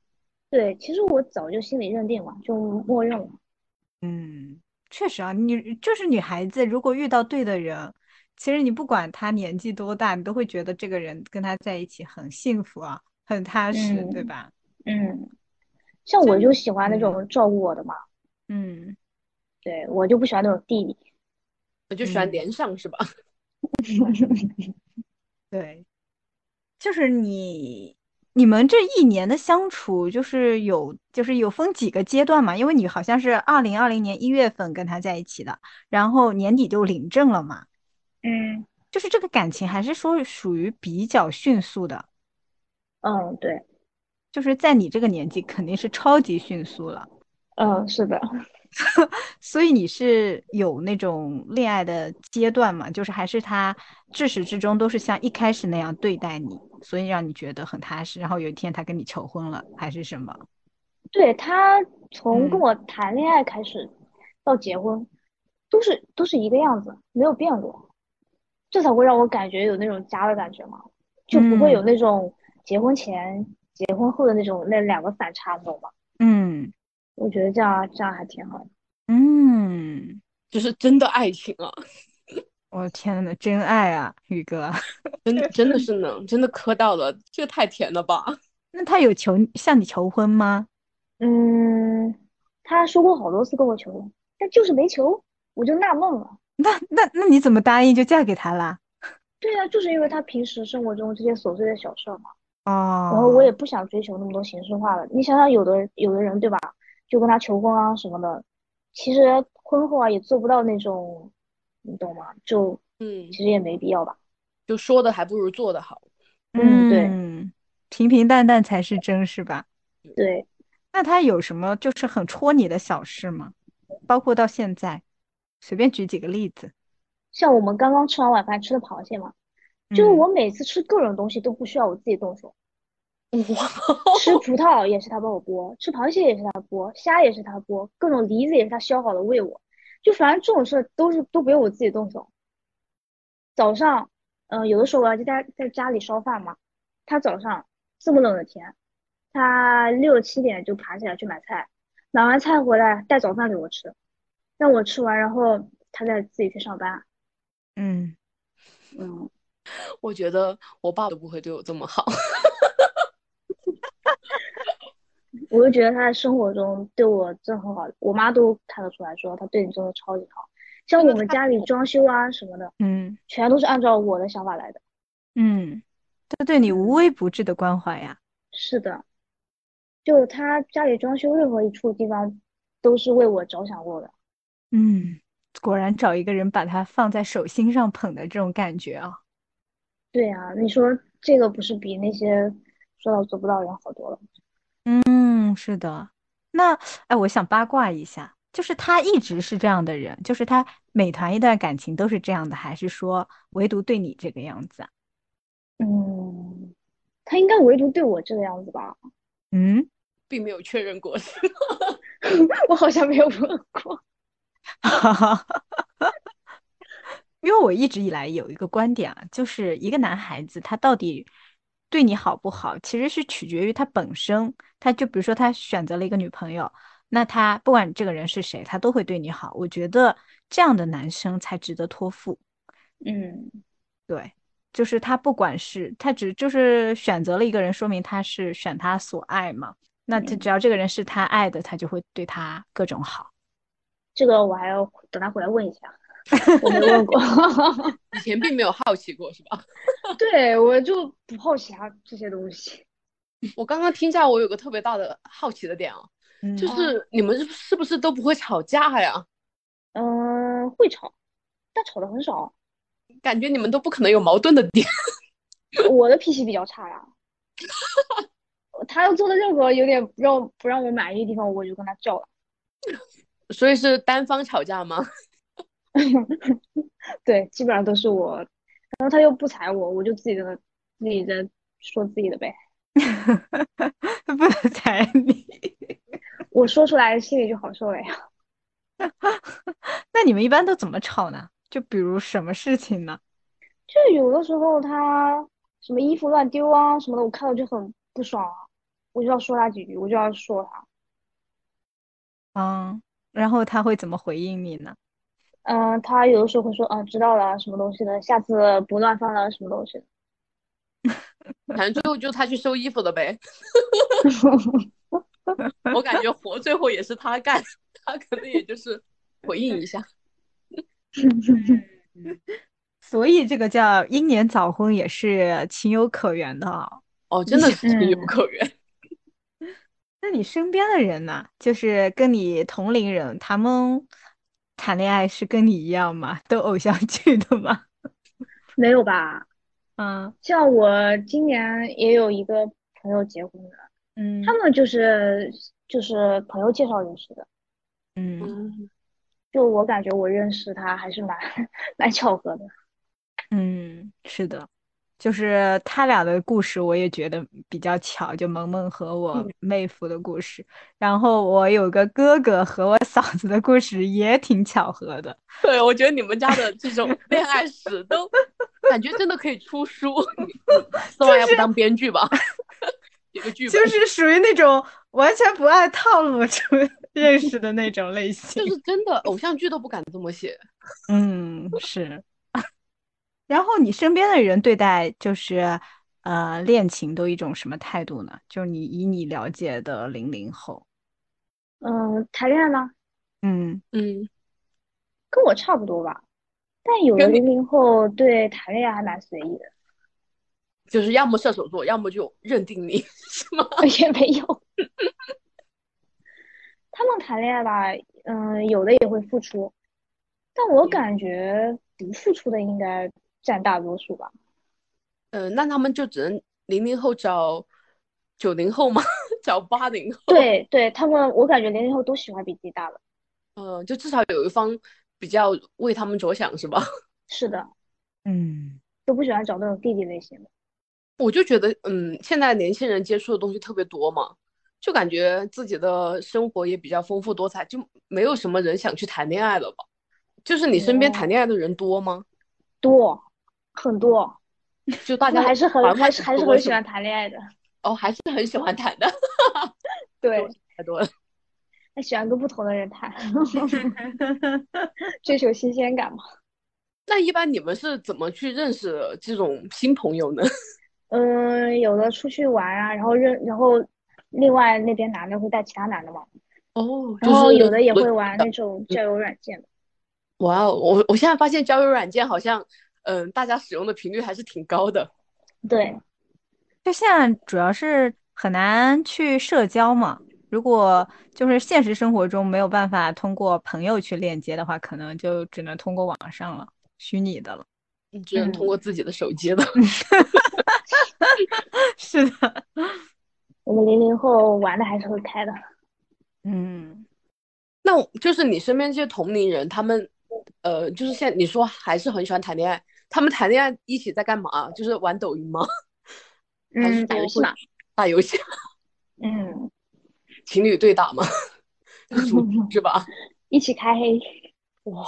Speaker 1: 对，其实我早就心里认定了，就默认了。
Speaker 3: 嗯，确实啊，女就是女孩子，如果遇到对的人，其实你不管她年纪多大，你都会觉得这个人跟她在一起很幸福啊，很踏实，对
Speaker 1: 嗯
Speaker 3: 吧？
Speaker 1: 嗯，像我就喜欢那
Speaker 3: 嗯
Speaker 1: 种照顾我的嘛，
Speaker 3: 嗯，
Speaker 1: 对，我就不喜欢那种弟弟。
Speaker 2: 我 就喜欢
Speaker 3: 嗯
Speaker 2: 连上是吧？
Speaker 3: 对，就是你你们这一年的相处，就是有就是有分几个阶段嘛？因为你好像是二零二零年一月份跟他在一起的，然后年底就领证了嘛，
Speaker 1: 嗯
Speaker 3: 就是这个感情还是说属于比较迅速的。
Speaker 1: 嗯，对，
Speaker 3: 就是在你这个年纪，肯定是超级迅速了。
Speaker 1: 嗯，是的，
Speaker 3: 所以你是有那种恋爱的阶段嘛？就是还是他至始至终都是像一开始那样对待你，所以让你觉得很踏实。然后有一天他跟你求婚了，还是什么？
Speaker 1: 对，他从跟
Speaker 3: 嗯
Speaker 1: 我谈恋爱开始到结婚，都是都是一个样子，没有变过，这才会让我感觉有那种家的感觉嘛，就不会有
Speaker 3: 嗯
Speaker 1: 那种结婚前、结婚后的那种那两个反差，你懂吗？
Speaker 3: 嗯
Speaker 1: 我觉得这样这样还挺好的。
Speaker 3: 嗯，
Speaker 2: 就是真的爱情啊，
Speaker 3: 我的天呐，真爱啊，宇哥！
Speaker 2: 真的真的是呢，真的磕到了，这个太甜了吧？
Speaker 3: 那他有求向你求婚吗？
Speaker 1: 嗯，他说过好多次跟我求婚，但就是没求，我就纳闷了。
Speaker 3: 那那那你怎么答应就嫁给他啦？
Speaker 1: 对呀，就是因为他平时生活中这些琐碎的小事儿嘛，然后我也
Speaker 3: 哦，
Speaker 1: 不想追求那么多形式化的。你想想，有的有的人对吧，就跟他求婚啊什么的，其实婚后啊也做不到那种，你懂吗？就
Speaker 2: 嗯
Speaker 1: 其，实也没必要吧。
Speaker 2: 就说的还不如做的好。
Speaker 1: 嗯，对
Speaker 3: 嗯，平平淡淡才是真，是吧？
Speaker 1: 对，
Speaker 3: 那他有什么就是很戳你的小事吗？包括到现在，随便举几个例子。
Speaker 1: 像我们刚刚吃完晚饭吃的螃蟹嘛，就是
Speaker 3: 嗯，
Speaker 1: 我每次吃各种东西都不需要我自己动手。
Speaker 2: 哇，
Speaker 1: 吃葡萄也是他帮我剥，吃螃蟹也是他剥，虾也是他剥，各种梨子也是他削好了喂我，就反正这种事儿都是都不用我自己动手。早上，嗯、有的时候我要在家在家里烧饭嘛，他早上这么冷的天，他六七点就爬起来去买菜，买完菜回来带早饭给我吃，让我吃完，然后他再自己去上班，
Speaker 3: 嗯，
Speaker 1: 嗯，
Speaker 2: 我觉得我爸都不会对我这么好。
Speaker 1: 我就觉得他在生活中对我真的很好，我妈都看得出来说他对你真的超级好。像我们家里装修啊什么的，
Speaker 3: 嗯
Speaker 1: 全都是按照我的想法来的。
Speaker 3: 嗯，他对你无微不至的关怀呀。
Speaker 1: 是的，就他家里装修任何一处地方都是为我着想过的。
Speaker 3: 嗯，果然找一个人把他放在手心上捧的这种感觉啊。
Speaker 1: 对呀，你说这个不是比那些说到做不到人好多了？
Speaker 3: 嗯，是的。那，哎，我想八卦一下，就是他一直是这样的人，就是他每谈一段感情都是这样的，还是说唯独对你这个样子啊？
Speaker 1: 嗯，他应该唯独对我这个样子吧？
Speaker 3: 嗯，
Speaker 2: 并没有确认过。
Speaker 1: 我好像没有问过。
Speaker 3: 因为我一直以来有一个观点啊，就是一个男孩子他到底对你好不好，其实是取决于他本身。他就比如说他选择了一个女朋友，那他不管这个人是谁，他都会对你好。我觉得这样的男生才值得托付。
Speaker 1: 嗯
Speaker 3: 对，就是他不管是他只就是选择了一个人，说明他是选他所爱嘛。那他只
Speaker 1: 嗯，
Speaker 3: 要这个人是他爱的，他就会对他各种好。
Speaker 1: 这个我还要等他回来问一下，我没问过。
Speaker 2: 以前并没有好奇过，是吧？
Speaker 1: 对，我就不好奇他这些东西。
Speaker 2: 我刚刚听下，我有个特别大的好奇的点啊，就
Speaker 3: 嗯
Speaker 2: 是你们是是不是都不会吵架呀？
Speaker 1: 嗯、呃会吵，但吵的很少。
Speaker 2: 感觉你们都不可能有矛盾的点。
Speaker 1: 我的脾气比较差呀，他要做的任何有点不让不让我满意的地方，我就跟他叫了。
Speaker 2: 所以是单方吵架吗？
Speaker 1: 对，基本上都是我，然后他又不睬我，我就自己在那自己在说自己的呗。
Speaker 3: 他 不能踩你。
Speaker 1: 我说出来心里就好受了呀。
Speaker 3: 那你们一般都怎么吵呢？就比如什么事情呢？
Speaker 1: 就有的时候他什么衣服乱丢啊什么的，我看到就很不爽啊，我就要说他几句，我就要说他。
Speaker 3: 嗯，然后他会怎么回应你呢？
Speaker 1: 嗯，他有的时候会说，嗯，知道了，什么东西的，下次不乱放了，什么东西的。
Speaker 2: 反正最后就他去收衣服的呗。 我感觉活最后也是他干，他可能也就是回应一下。
Speaker 3: 嗯 所以这个叫英年早婚也是情有可原的啊。
Speaker 2: 哦，真的是情有
Speaker 1: 嗯
Speaker 2: 可原。
Speaker 3: 那你身边的人呢？就是跟你同龄人，他们谈恋爱是跟你一样吗？ 都偶像剧的吗？
Speaker 1: 没有吧？
Speaker 3: 嗯
Speaker 1: 像我今年也有一个朋友结婚了，
Speaker 3: 嗯
Speaker 1: 他们就是就是朋友介绍认识的。
Speaker 3: 嗯
Speaker 2: 嗯，
Speaker 1: 就我感觉我认识他还是蛮 蛮巧合的。
Speaker 3: 嗯，是的，就是他俩的故事，我也觉得比较巧，就萌萌和我
Speaker 2: 嗯
Speaker 3: 妹夫的故事，然后我有个哥哥和我嫂子的故事也挺巧合的。
Speaker 2: 对，我觉得你们家的这种恋爱史都 感觉真的可以出 书。四万要不当编剧 吧，写个剧本。
Speaker 3: 就是属于那种完全不按套路出 认识的那种类型
Speaker 2: 就。是真的偶像剧都不敢这么写，
Speaker 3: 嗯，是。 然后你身边的人对待就是呃恋情都一种什么态度呢？就是你以你了解的零零后，
Speaker 1: 嗯，谈恋爱吗？
Speaker 3: 嗯
Speaker 2: 嗯，
Speaker 1: 跟我差不多吧。但有的
Speaker 2: 跟你
Speaker 1: 零零后对谈恋爱还蛮随意的，
Speaker 2: 就是要么射手座，要么就认定你 是吗？
Speaker 1: 哦也没有。他们谈恋爱吧，嗯，有的也会付出，但我感觉不付出的应该占大多数 吧。
Speaker 2: 呃，那他们就只能零零后找九零后吗？ 找八零后？
Speaker 1: 对对，他们我感觉零零后都喜欢比自己大的。
Speaker 2: 呃，就至少有一方比较为他们着想，是吧？
Speaker 1: 是的，
Speaker 3: 嗯
Speaker 1: 都不喜欢找那种弟弟类型的。
Speaker 2: 我就觉得，嗯，现在年轻人接触的东西特别多嘛，就感觉自己的生活也比较丰富多彩，就没有什么人想去谈恋爱了吧？就是你身边谈
Speaker 1: 哦，
Speaker 2: 恋爱的人多吗？
Speaker 1: 多，很多，
Speaker 2: 就大
Speaker 1: 他
Speaker 2: 家
Speaker 1: 们还是
Speaker 2: 玩
Speaker 1: 很还
Speaker 2: 玩
Speaker 1: 是
Speaker 2: 很
Speaker 1: 还是
Speaker 2: 多
Speaker 1: 很喜
Speaker 2: 是吗？
Speaker 1: 欢谈恋爱的。
Speaker 2: 哦，还是很喜欢谈的，对我
Speaker 1: 对，
Speaker 2: 想太多了。
Speaker 1: 还喜欢跟不同的人谈，追求新鲜感嘛。
Speaker 2: 那一般你们是怎么去认识这种新朋友呢？
Speaker 1: 嗯，有的出去玩啊，然后认，然后另外那边男的会带其他男的嘛，
Speaker 2: 哦，
Speaker 1: 然后
Speaker 2: 就是
Speaker 1: 有的嗯也会
Speaker 2: 我
Speaker 1: 玩那种交友软件的。
Speaker 2: 哇哦，我我现在发现交友软件好像，嗯、大家使用的频率还是挺高的。
Speaker 1: 对，
Speaker 3: 就现在主要是很难去社交嘛。如果就是现实生活中没有办法通过朋友去链接的话，可能就只能通过网上 了，虚拟的了。
Speaker 2: 你只能
Speaker 1: 嗯
Speaker 2: 通过自己的手机了。
Speaker 3: 是的，
Speaker 1: 我们零零后玩的还是会开的。
Speaker 3: 嗯，
Speaker 2: 那我就是你身边这些同龄人，他们，呃，就是现在你说还是很喜欢谈恋爱，他们谈恋爱一起在干嘛？啊就是玩抖音吗？ 还是
Speaker 1: 嗯，打游戏
Speaker 2: 会
Speaker 1: 嘛。
Speaker 2: 打游戏？
Speaker 1: 嗯，
Speaker 2: 情侣对打吗？ 组是吧？
Speaker 1: 一起开黑。
Speaker 2: 哦，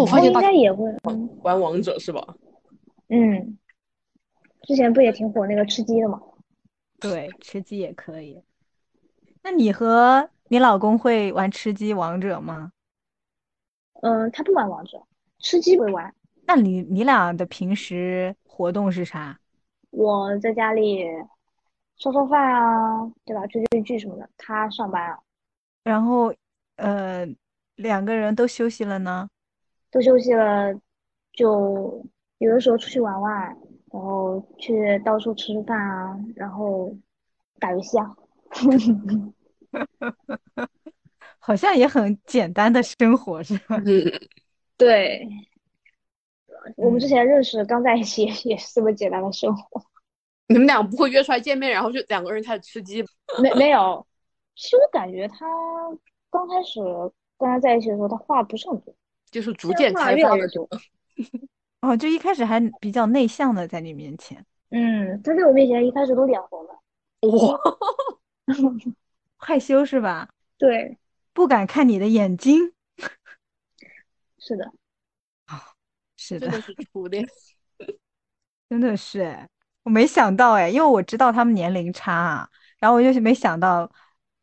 Speaker 2: 我发
Speaker 1: 哦，
Speaker 2: 现
Speaker 1: 应
Speaker 2: 大家
Speaker 1: 该也会。
Speaker 2: 玩王者是吧？
Speaker 1: 嗯，之前不也挺火那个吃鸡的嘛？
Speaker 3: 对，吃鸡也可以。那你和你老公会玩吃鸡王者吗？
Speaker 1: 嗯，他不玩王者，吃鸡会玩。
Speaker 3: 那你你俩的平时活动是啥？
Speaker 1: 我在家里烧烧饭啊，对吧？追追剧什么的。他上班啊，
Speaker 3: 然后，呃，两个人都休息了呢？
Speaker 1: 都休息了，就有的时候出去玩玩，然后去到处吃吃饭啊，然后打游 戏啊。
Speaker 3: 好像也很简单的生活是吧？
Speaker 2: 嗯，
Speaker 1: 对，我们之
Speaker 3: 嗯
Speaker 1: 前认识，刚在一起也也是这么简单的生活，
Speaker 2: 你们俩不会约出来见面，然后就两个人开始吃鸡？
Speaker 1: 没没有。其实我感觉他刚开始跟他在一起的时候，他话不是很多，
Speaker 2: 就是逐
Speaker 1: 现在
Speaker 2: 渐
Speaker 1: 话
Speaker 2: 开
Speaker 1: 越来
Speaker 2: 放
Speaker 1: 越
Speaker 2: 了。
Speaker 1: 多。
Speaker 3: 哦，就一开始还比较内向的，在你面前，
Speaker 1: 嗯，他在我面前一开始都脸红了。
Speaker 2: 哇，
Speaker 3: 害羞是吧？
Speaker 1: 对，
Speaker 3: 不敢看你的眼睛。
Speaker 1: 是的，
Speaker 3: 是
Speaker 2: 真
Speaker 3: 的，
Speaker 2: 的是初恋。
Speaker 3: 真的是哎，我没想到哎，因为我知道他们年龄差啊，然后我就是没想到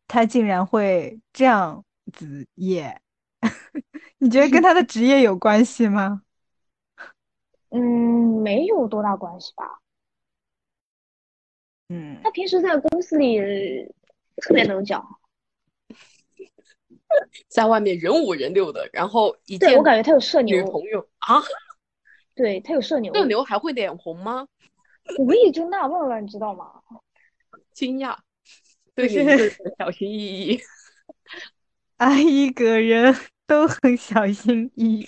Speaker 3: 他竟然会这样子耶。 你觉得跟他的职业有关系吗？
Speaker 1: 嗯，没有多大关系吧。
Speaker 3: 嗯，
Speaker 1: 他平时在公司里特别能讲，
Speaker 2: 在外面人五人六的，然后一
Speaker 1: 对
Speaker 2: 见
Speaker 1: 我感觉他有社
Speaker 2: 女
Speaker 1: 牛，
Speaker 2: 朋友啊，
Speaker 1: 对他有社牛，
Speaker 2: 这牛还会脸红吗？
Speaker 1: 我也就纳闷了，你知道吗？
Speaker 2: 惊 讶，对你
Speaker 3: 是
Speaker 2: 一个人的小心翼翼。
Speaker 3: 爱一个人 都很小心翼 翼。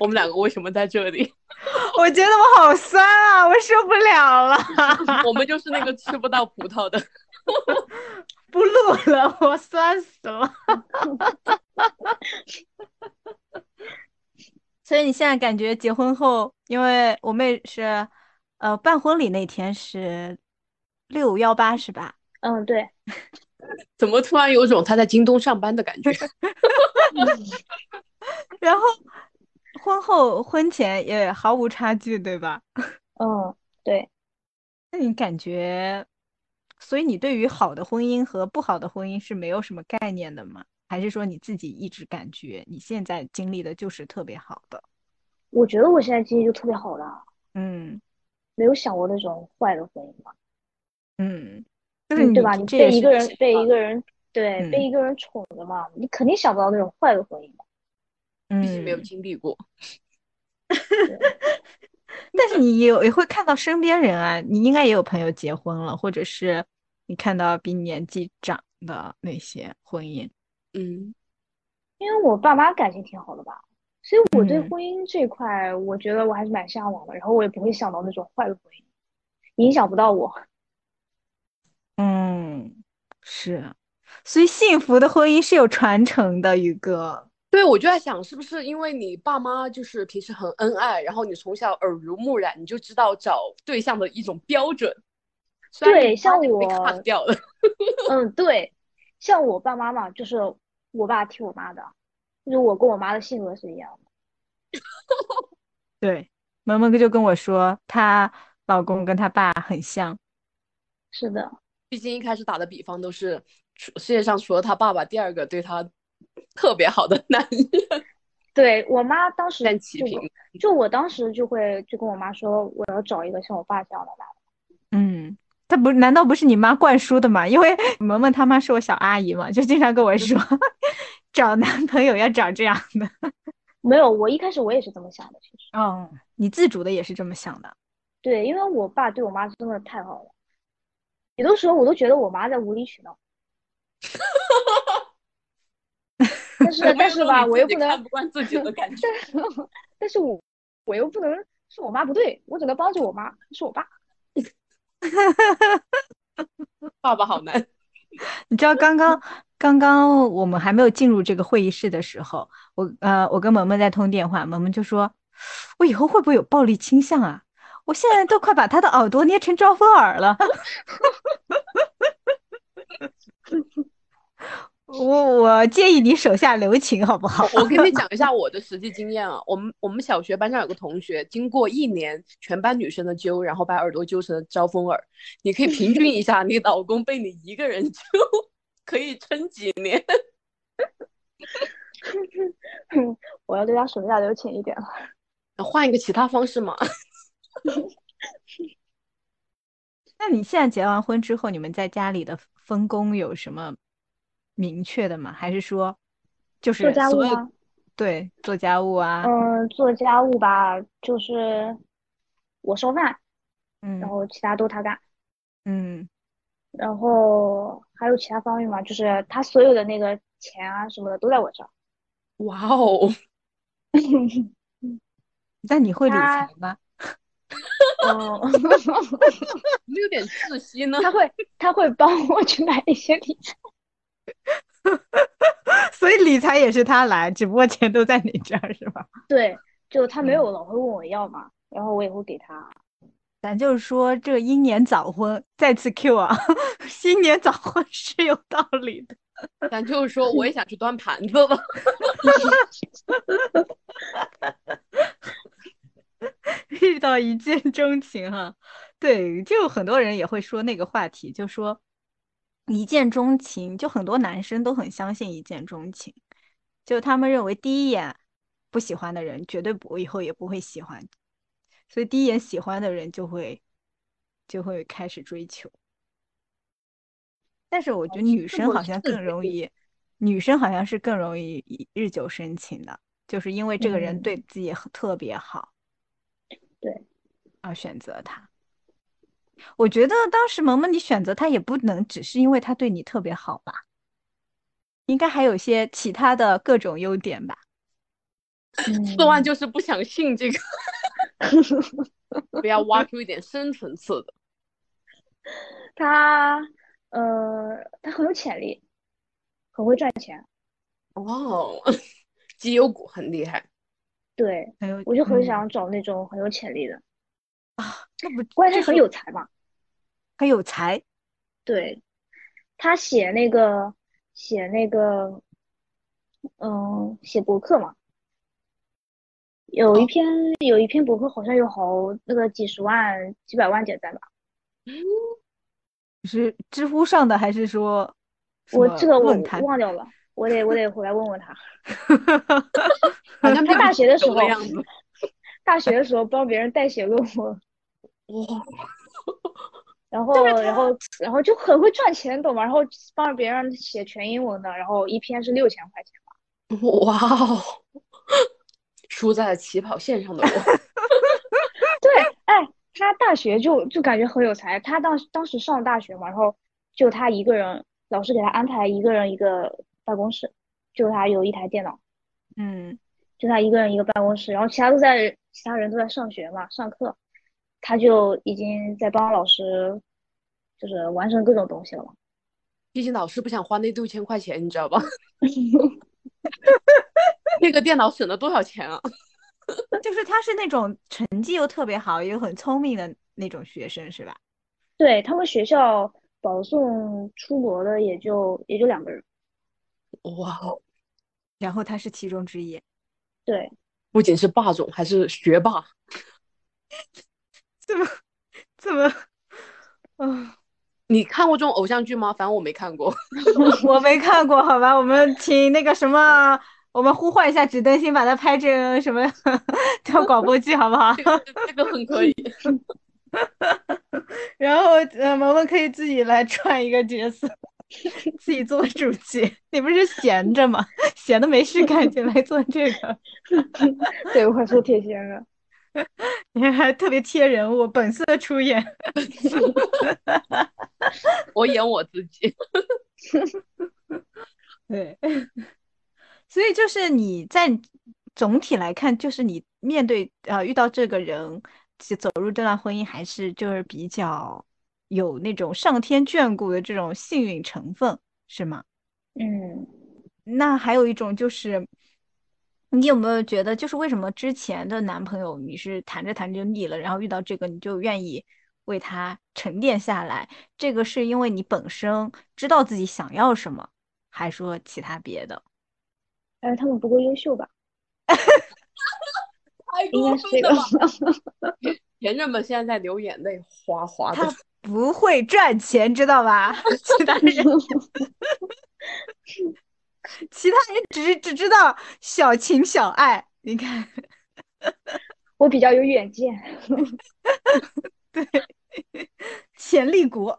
Speaker 2: 我们两个为什么在这里？
Speaker 3: 我觉得我好酸啊，我受不了了，
Speaker 2: 我们就是那个吃不到葡萄的。
Speaker 3: 不录了，我酸死了。 所以你现在感觉结婚后，因为我妹是，呃，办婚礼那天是六幺八是吧？
Speaker 1: 嗯， 对，
Speaker 2: 怎么突然有种他在京东上班的感 觉？
Speaker 3: 然后婚后婚前也毫无差距，对吧？
Speaker 1: 嗯，对，
Speaker 3: 那你感觉，所以你对于好的婚姻和不好的婚姻是没有什么概念的吗？还是说你自己一直感觉你现在经历的就是特别好的？
Speaker 1: 我觉得我现在经历就特别好了，
Speaker 3: 嗯
Speaker 1: 没有想过那种坏的婚姻吧，
Speaker 3: 嗯，就是
Speaker 1: 嗯，
Speaker 3: 你
Speaker 1: 对吧？你
Speaker 3: 这
Speaker 1: 被
Speaker 3: 也
Speaker 1: 一
Speaker 3: 是
Speaker 1: 个人
Speaker 3: 挺
Speaker 1: 被
Speaker 3: 好
Speaker 1: 一个人对被
Speaker 3: 嗯
Speaker 1: 一个人宠着嘛，你肯定想不到那种坏的婚姻吧？
Speaker 2: 毕竟没有
Speaker 3: 嗯，
Speaker 2: 经历过。
Speaker 1: 对，
Speaker 3: 但是你有也会看到身边人啊，你应该也有朋友结婚了，或者是你看到比你年纪长的那些婚姻，
Speaker 2: 嗯，
Speaker 1: 因为我爸妈感情挺好的吧，所以我对
Speaker 3: 嗯
Speaker 1: 婚姻这块，我觉得我还是蛮向往的。然后我也不会想到那种坏的婚姻，影响不到我。
Speaker 3: 嗯，是，所以幸福的婚姻是有传承的，宇哥。
Speaker 2: 对，我就在想，是不是因为你爸妈就是平时很恩爱，然后你从小耳濡目染，你就知道找对象的一种标准，虽然你
Speaker 1: 对，
Speaker 2: 发
Speaker 1: 像
Speaker 2: 现被看
Speaker 1: 我，
Speaker 2: 掉了。
Speaker 1: 嗯，对，像我爸妈嘛，就是我爸听我妈的，就是我跟我妈的性格是一样的。
Speaker 3: 对，萌萌就跟我说，她老公跟她爸很像。
Speaker 1: 是的，
Speaker 2: 毕竟一开始打的比方都是除世界上除了他爸爸，第二个对他特别好的男人。
Speaker 1: 对我妈当时
Speaker 2: 占其
Speaker 1: 就
Speaker 2: 平
Speaker 1: 我就我当时就会就跟我妈说，我要找一个像我爸这样的男的。
Speaker 3: 嗯，他不难道不是你妈灌输的吗？因为萌萌她妈是我小阿姨嘛，就经常跟我说， 找男朋友要找这样的。
Speaker 1: 没有，我一开始我也是这么想的，其实
Speaker 3: 哦，你自主的也是这么想的。
Speaker 1: 对，因为我爸对我妈真的太好了，有的时候我都觉得我妈在无理取闹。但 是但是吧，我又不能
Speaker 2: 看不惯自己的感觉。
Speaker 1: 但是 我我又不能说我妈不对，我只能帮着我妈，是我爸。
Speaker 2: 爸爸好难。
Speaker 3: 你知道刚刚刚刚我们还没有进入这个会议室的时候，我呃我跟萌萌在通电话，萌萌就说，我以后会不会有暴力倾向啊？我现在都快把她的耳朵捏成招风耳了。我我建议你手下留情，好不好？
Speaker 2: 我跟你讲一下我的实际经验啊，我们我们小学班上有个同学，经过一年全班女生的揪，然后把耳朵揪成了招风耳。你可以平均一下，你老公被你一个人揪，可以撑几年？
Speaker 1: 我要对他手下留情一点了。
Speaker 2: 换一个其他方式嘛？
Speaker 3: 那你现在结完婚之后，你们在家里的分工有什么明确的吗？还是说就是
Speaker 1: 做家务啊
Speaker 3: 所有
Speaker 1: 吗？
Speaker 3: 对做家务啊？
Speaker 1: 嗯，做家务吧，就是我烧饭，
Speaker 3: 嗯
Speaker 1: 然后其他都他干，
Speaker 3: 嗯
Speaker 1: 然后还有其他方面嘛，就是他所有的那个钱啊什么的都在我这儿。
Speaker 2: 哇哦，
Speaker 3: 那你会理
Speaker 1: 他
Speaker 3: 财吗？
Speaker 1: 嗯，
Speaker 2: 怎么有点窒息呢？
Speaker 1: 他会他会帮我去买一些理财，
Speaker 3: 所以理财也是他来，只不过钱都在你这儿，是吧？
Speaker 1: 对，就他没
Speaker 3: 嗯
Speaker 1: 有老会问我要嘛，然后我也会给他。
Speaker 3: 咱就是说，这个英年早婚，再次 Q 啊， 新年早婚是有道理的。
Speaker 2: 咱就是说，我也想去端盘子了。
Speaker 3: 遇到一见钟情哈、对，就很多人也会说那个话题，就说一见钟情，就很多男生都很相信一见钟情，就他们认为第一眼不喜欢的人，绝对不以后也不会喜欢，所以第一眼喜欢的人就会就会开始追求。但是我觉得女
Speaker 2: 哦这
Speaker 3: 生
Speaker 2: 么
Speaker 3: 好像
Speaker 2: 自
Speaker 3: 更容
Speaker 2: 卑
Speaker 3: 易，女生好像是更容易一日久生情的，就是因为这个人
Speaker 1: 嗯
Speaker 3: 对自己很特别好。
Speaker 1: 对，
Speaker 3: 而选择他。我觉得当时萌萌你选择他也不能只是因为他对你特别好吧，应该还有一些其他的各种优点吧。
Speaker 2: 四万
Speaker 1: 嗯
Speaker 2: 就是不想信这个，不要挖出一点深层次的。
Speaker 1: 嗯他呃他很有潜力，很会赚钱，
Speaker 2: 哇哦， 绩优股很厉害。
Speaker 1: 对，
Speaker 3: 很有，
Speaker 1: 我就很
Speaker 3: 嗯，
Speaker 1: 想找那种很有潜力的，
Speaker 3: 那不
Speaker 1: 关键他
Speaker 3: 这
Speaker 1: 很
Speaker 3: 是
Speaker 1: 有才嘛。
Speaker 3: 很有才，
Speaker 1: 对，他写那个写那个，嗯，写博客嘛，有一
Speaker 2: 哦
Speaker 1: 篇有一篇博客好像有好那个几十万几百万点赞吧，
Speaker 3: 是知乎上的还是说什
Speaker 1: 我
Speaker 3: 么
Speaker 1: 这个我
Speaker 3: 论坛？
Speaker 1: 忘掉了，我得我得回来问问 他。
Speaker 2: 好像
Speaker 1: 他大学的时
Speaker 2: 有
Speaker 1: 候
Speaker 2: 的，样子。
Speaker 1: 大学的时候帮别人代写论文，
Speaker 2: 哇，
Speaker 1: 然后
Speaker 2: 啊
Speaker 1: 然后然后就很会赚钱，懂吗？然后帮别人写全英文的，然后一篇是六千块钱。
Speaker 2: 哇哦，输在了起跑线上的我，
Speaker 1: 对，哎，他大学就就感觉很有才。他当时当时上大学嘛，然后就他一个人，老师给他安排一个人一个办公室，就他有一台电脑，
Speaker 3: 嗯，
Speaker 1: 就他一个人一个办公室，然后其他都在其他人都在上学嘛，上课，他就已经在帮老师就是完成各种东西了嘛。
Speaker 2: 毕竟老师不想花那六千块钱，你知道吧？ 那个电脑省了多少钱啊？
Speaker 3: 就是他是那种成绩又特别好又很聪明的那种学生是吧？
Speaker 1: 对，他们学校保送出国的也就也就两个人，
Speaker 2: 哇哦，
Speaker 3: 然后他是其中之一，
Speaker 1: 对，
Speaker 2: 不仅是霸总，还是学霸。
Speaker 3: 怎么怎么，嗯。
Speaker 2: 你看过这 种偶像剧吗？反正我没看过。
Speaker 3: 我没看过，好吧，我们请那个什么我们呼唤一下指灯芯，把它拍成什么 叫广播剧，好不好？
Speaker 2: 这个这个很可以。
Speaker 3: 然后呃，萌萌可以自己来串一个角色， 自己做主角。你不是闲着吗？ 闲的没事干就来做这个，
Speaker 1: 对，我是铁心的。
Speaker 3: 你还特别贴人物，本色出演。
Speaker 2: 我演我自己。
Speaker 3: 对， 所以就是你在总体来看，就是你面对呃遇到这个人，其走入这段婚姻，还是就是比较有那种上天眷顾的这种幸运成分，是吗？
Speaker 1: 嗯，
Speaker 3: 那还有一种就是，你有没有觉得，就是为什么之前的男朋友你是谈着谈着就腻了，然后遇到这个你就愿意为他沉淀下来？这个是因为你本身知道自己想要什么，还说其他别的？
Speaker 1: 但是他们不够优秀吧？
Speaker 2: 太
Speaker 1: 应
Speaker 2: 过
Speaker 1: 该是
Speaker 2: 分
Speaker 1: 这
Speaker 2: 了
Speaker 1: 个。
Speaker 2: 吧！ 甜人们现在在流眼泪，哗哗的
Speaker 3: 他。不会赚钱，知道 吧？其他人，其他人只是只知道小情小爱，你看。
Speaker 1: 我比较有远见。
Speaker 3: 对，潜力股。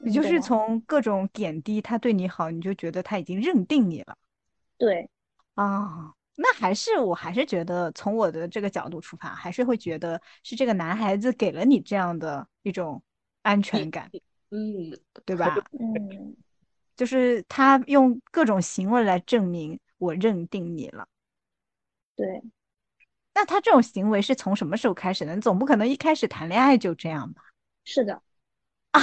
Speaker 3: 也就
Speaker 1: 对
Speaker 3: 是
Speaker 1: 啊
Speaker 3: 从各种点滴，他对你好，你就觉得他已经认定你了
Speaker 1: 对，
Speaker 3: 啊。那还是我还是觉得从我的这个角度出发，还是会觉得是这个男孩子给了你这样的一种安全感，
Speaker 2: 嗯，
Speaker 3: 对
Speaker 2: 可
Speaker 3: 吧？
Speaker 1: 嗯，
Speaker 3: 就是他用各种行为来证明我认定你了。
Speaker 1: 对，
Speaker 3: 那他这种行为是从什么时候开始的？你总不可能一开始谈恋爱就这样吧？
Speaker 1: 是的，
Speaker 3: 啊，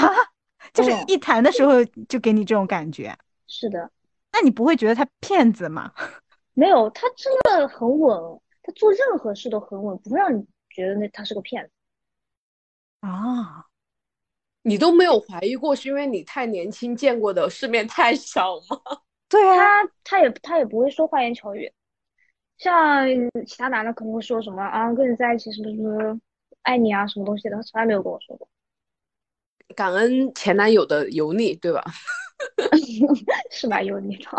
Speaker 3: 就是
Speaker 1: 对
Speaker 3: 一谈的时候就给你这种感觉，
Speaker 1: 是的，
Speaker 3: 那你不会觉得他骗子吗？
Speaker 1: 没有，他真的很稳，他做任何事都很稳，不会让你觉得那他是个骗子。
Speaker 3: 啊，
Speaker 2: 你都没有怀疑过，是因为你太年轻，见过的世面太少吗？
Speaker 3: 对啊，
Speaker 1: 他他也他也不会说花言巧语，像其他男的可能会说什么啊，跟你在一起是不是爱你啊，什么东西的，他从来没有跟我说过。
Speaker 2: 感恩前男友的油腻，对吧？
Speaker 1: 是吧？有你的，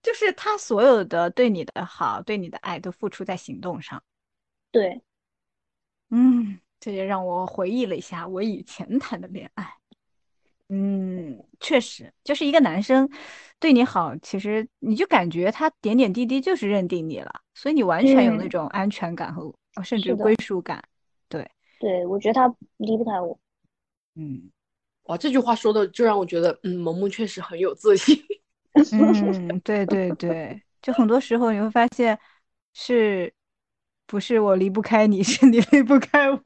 Speaker 3: 就是他所有的对你的好、对你的爱都付出在行动上。
Speaker 1: 对，
Speaker 3: 嗯，这也让我回忆了一下我以前谈的恋爱。嗯，确实，就是一个男生对你好，其实你就感觉他点点滴滴就是认定你了，所以你完全有那
Speaker 1: 嗯
Speaker 3: 种安全感和、呃甚至
Speaker 1: 是的
Speaker 3: 归属感。对，
Speaker 1: 对，我觉得他离不开我。
Speaker 3: 嗯
Speaker 2: 哇，这句话说的就让我觉得，嗯，萌萌确实很有自 信。
Speaker 3: 嗯，对对对，就很多时候你会发现，是不是我离不开你， 是你离不开我。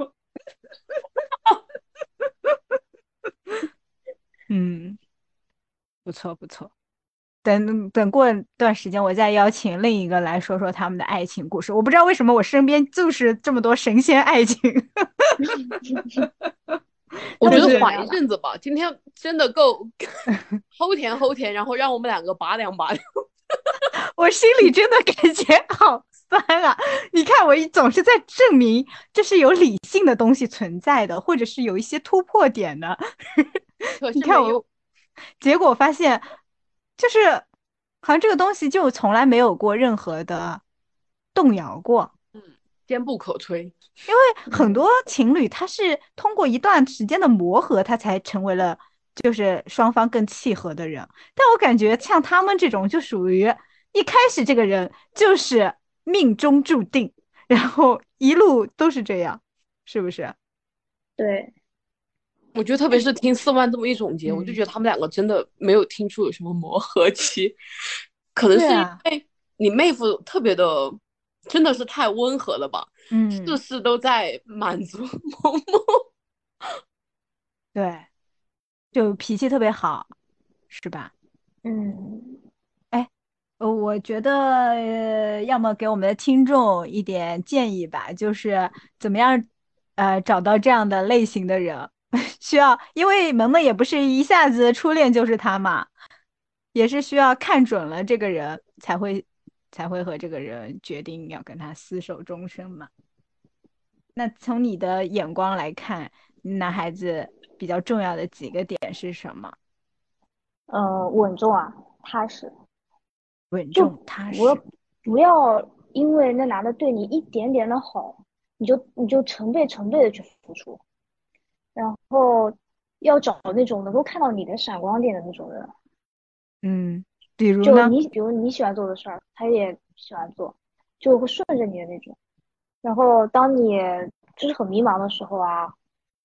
Speaker 3: 嗯，不错不错。等等过段时间，我再邀请另一个来说说他们的爱情故事。我不知道为什么我身边就是这么多神仙爱情。
Speaker 2: 我觉
Speaker 1: 那
Speaker 2: 得
Speaker 1: 是
Speaker 2: 缓一阵子吧，今天真的 够齁甜齁甜，然后让我们两个拔凉 拔凉。
Speaker 3: 我心里真的感觉 好酸啊！你看，我一总是在证明这是有理性的东西存在的，或者是有一些突破点的。
Speaker 2: 可是
Speaker 3: 你看
Speaker 2: 没有
Speaker 3: 我，结果发现就是好像这个东西就从来没有过任何的动摇过。
Speaker 2: 坚不可摧。
Speaker 3: 很
Speaker 1: 嗯
Speaker 3: 多情侣他是通过一段时间的磨合，他才成为了就是双方更契合的人。但我感觉像他们这种就属于一开始这个人就是命中注定，然后一路都是这样，是不是？
Speaker 1: 对，
Speaker 2: 我觉得特别是听四万这么一总结，我就
Speaker 3: 嗯
Speaker 2: 觉得他们两个真的没有听出有什么磨合期，可能是
Speaker 3: 对
Speaker 2: 因
Speaker 3: 啊
Speaker 2: 为你妹夫特别的，真的是太温和了吧，
Speaker 3: 嗯，
Speaker 2: 事事都在满足 萌萌。
Speaker 3: 对，就脾气特别好，是吧？
Speaker 1: 嗯，
Speaker 3: 呃，我觉得，呃，要么给我们的听众一点建议吧，就是怎么样，呃，找到这样的类型的人， 需要，因为萌萌也不是一下子初恋就是他嘛，也是需要看准了这个人才会才会和这个人决定要跟他厮守终生嘛。那从你的眼光来看，男孩子比较重要的几个点是什么？
Speaker 1: 呃，稳重啊，踏实，
Speaker 3: 稳
Speaker 1: 就
Speaker 3: 重踏实。
Speaker 1: 不要不要因为那男的对你一点点的好，你就你就成倍成倍的去付出，然后要找那种能够看到你的闪光点的那种人，
Speaker 3: 嗯，比如
Speaker 1: 就
Speaker 3: 呢？
Speaker 1: 你比如你喜欢做的事儿，他也喜欢做，就会顺着你的那种。然后当你就是很迷茫的时候啊，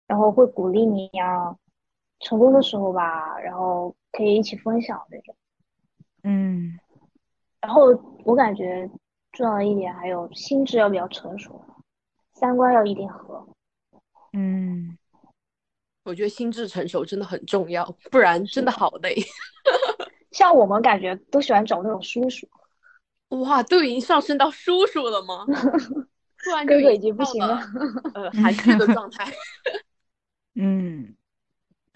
Speaker 1: 然后会鼓励你呀、成功的时候吧，然后可以一起分享那种。
Speaker 3: 嗯，
Speaker 1: 然后我感觉重要的一点还有心智要比较成熟，三观要一定合。
Speaker 3: 嗯，
Speaker 2: 我觉得心智成熟真的很重要，不然真的好累。
Speaker 1: 像我们感觉都喜欢找那种叔叔，
Speaker 2: 哇，都已经上升到叔叔 了吗？突然就
Speaker 1: 哥哥已
Speaker 2: 经
Speaker 1: 经不
Speaker 2: 到
Speaker 1: 行
Speaker 2: 了
Speaker 1: 了。
Speaker 2: 呃韩剧的状 态。
Speaker 3: 嗯，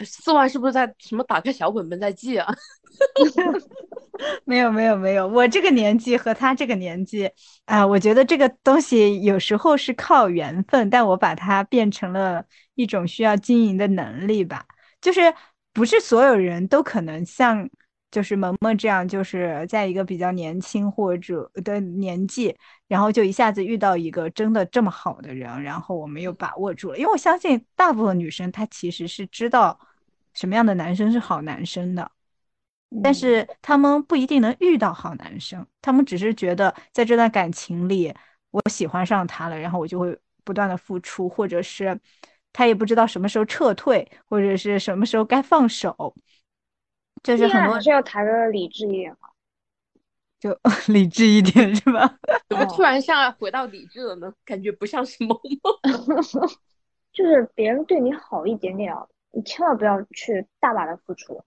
Speaker 2: 四万是不是在什么打开小本本在记啊？
Speaker 3: 没有没有没有，我这个年纪和他这个年纪啊、我觉得这个东西有时候是靠缘分，但我把它变成了一种需要经营的能力吧。就是不是所有人都可能像就是萌萌这样，就是在一个比较年轻或者的年纪，然后就一下子遇到一个真的这么好的人，然后我们又把握住了。因为我相信大部分女生她其实是知道什么样的男生是好男生的。但
Speaker 1: 嗯
Speaker 3: 是他们不一定能遇到好男生，他们只是觉得在这段感情里，我喜欢上他了，然后我就会不断的付出，或者是他也不知道什么时候撤退，或者是什么时候该放手，就是
Speaker 1: 恋
Speaker 3: 很
Speaker 1: 爱
Speaker 3: 多
Speaker 1: 还是要谈的理智一点嘛。
Speaker 3: 就 理智一点是吧？
Speaker 2: 怎么
Speaker 1: 哦
Speaker 2: 突然像回到理智了呢？感觉不像是萌萌。
Speaker 1: 就是别人对你好一点点啊，你千万不要去大把的付出。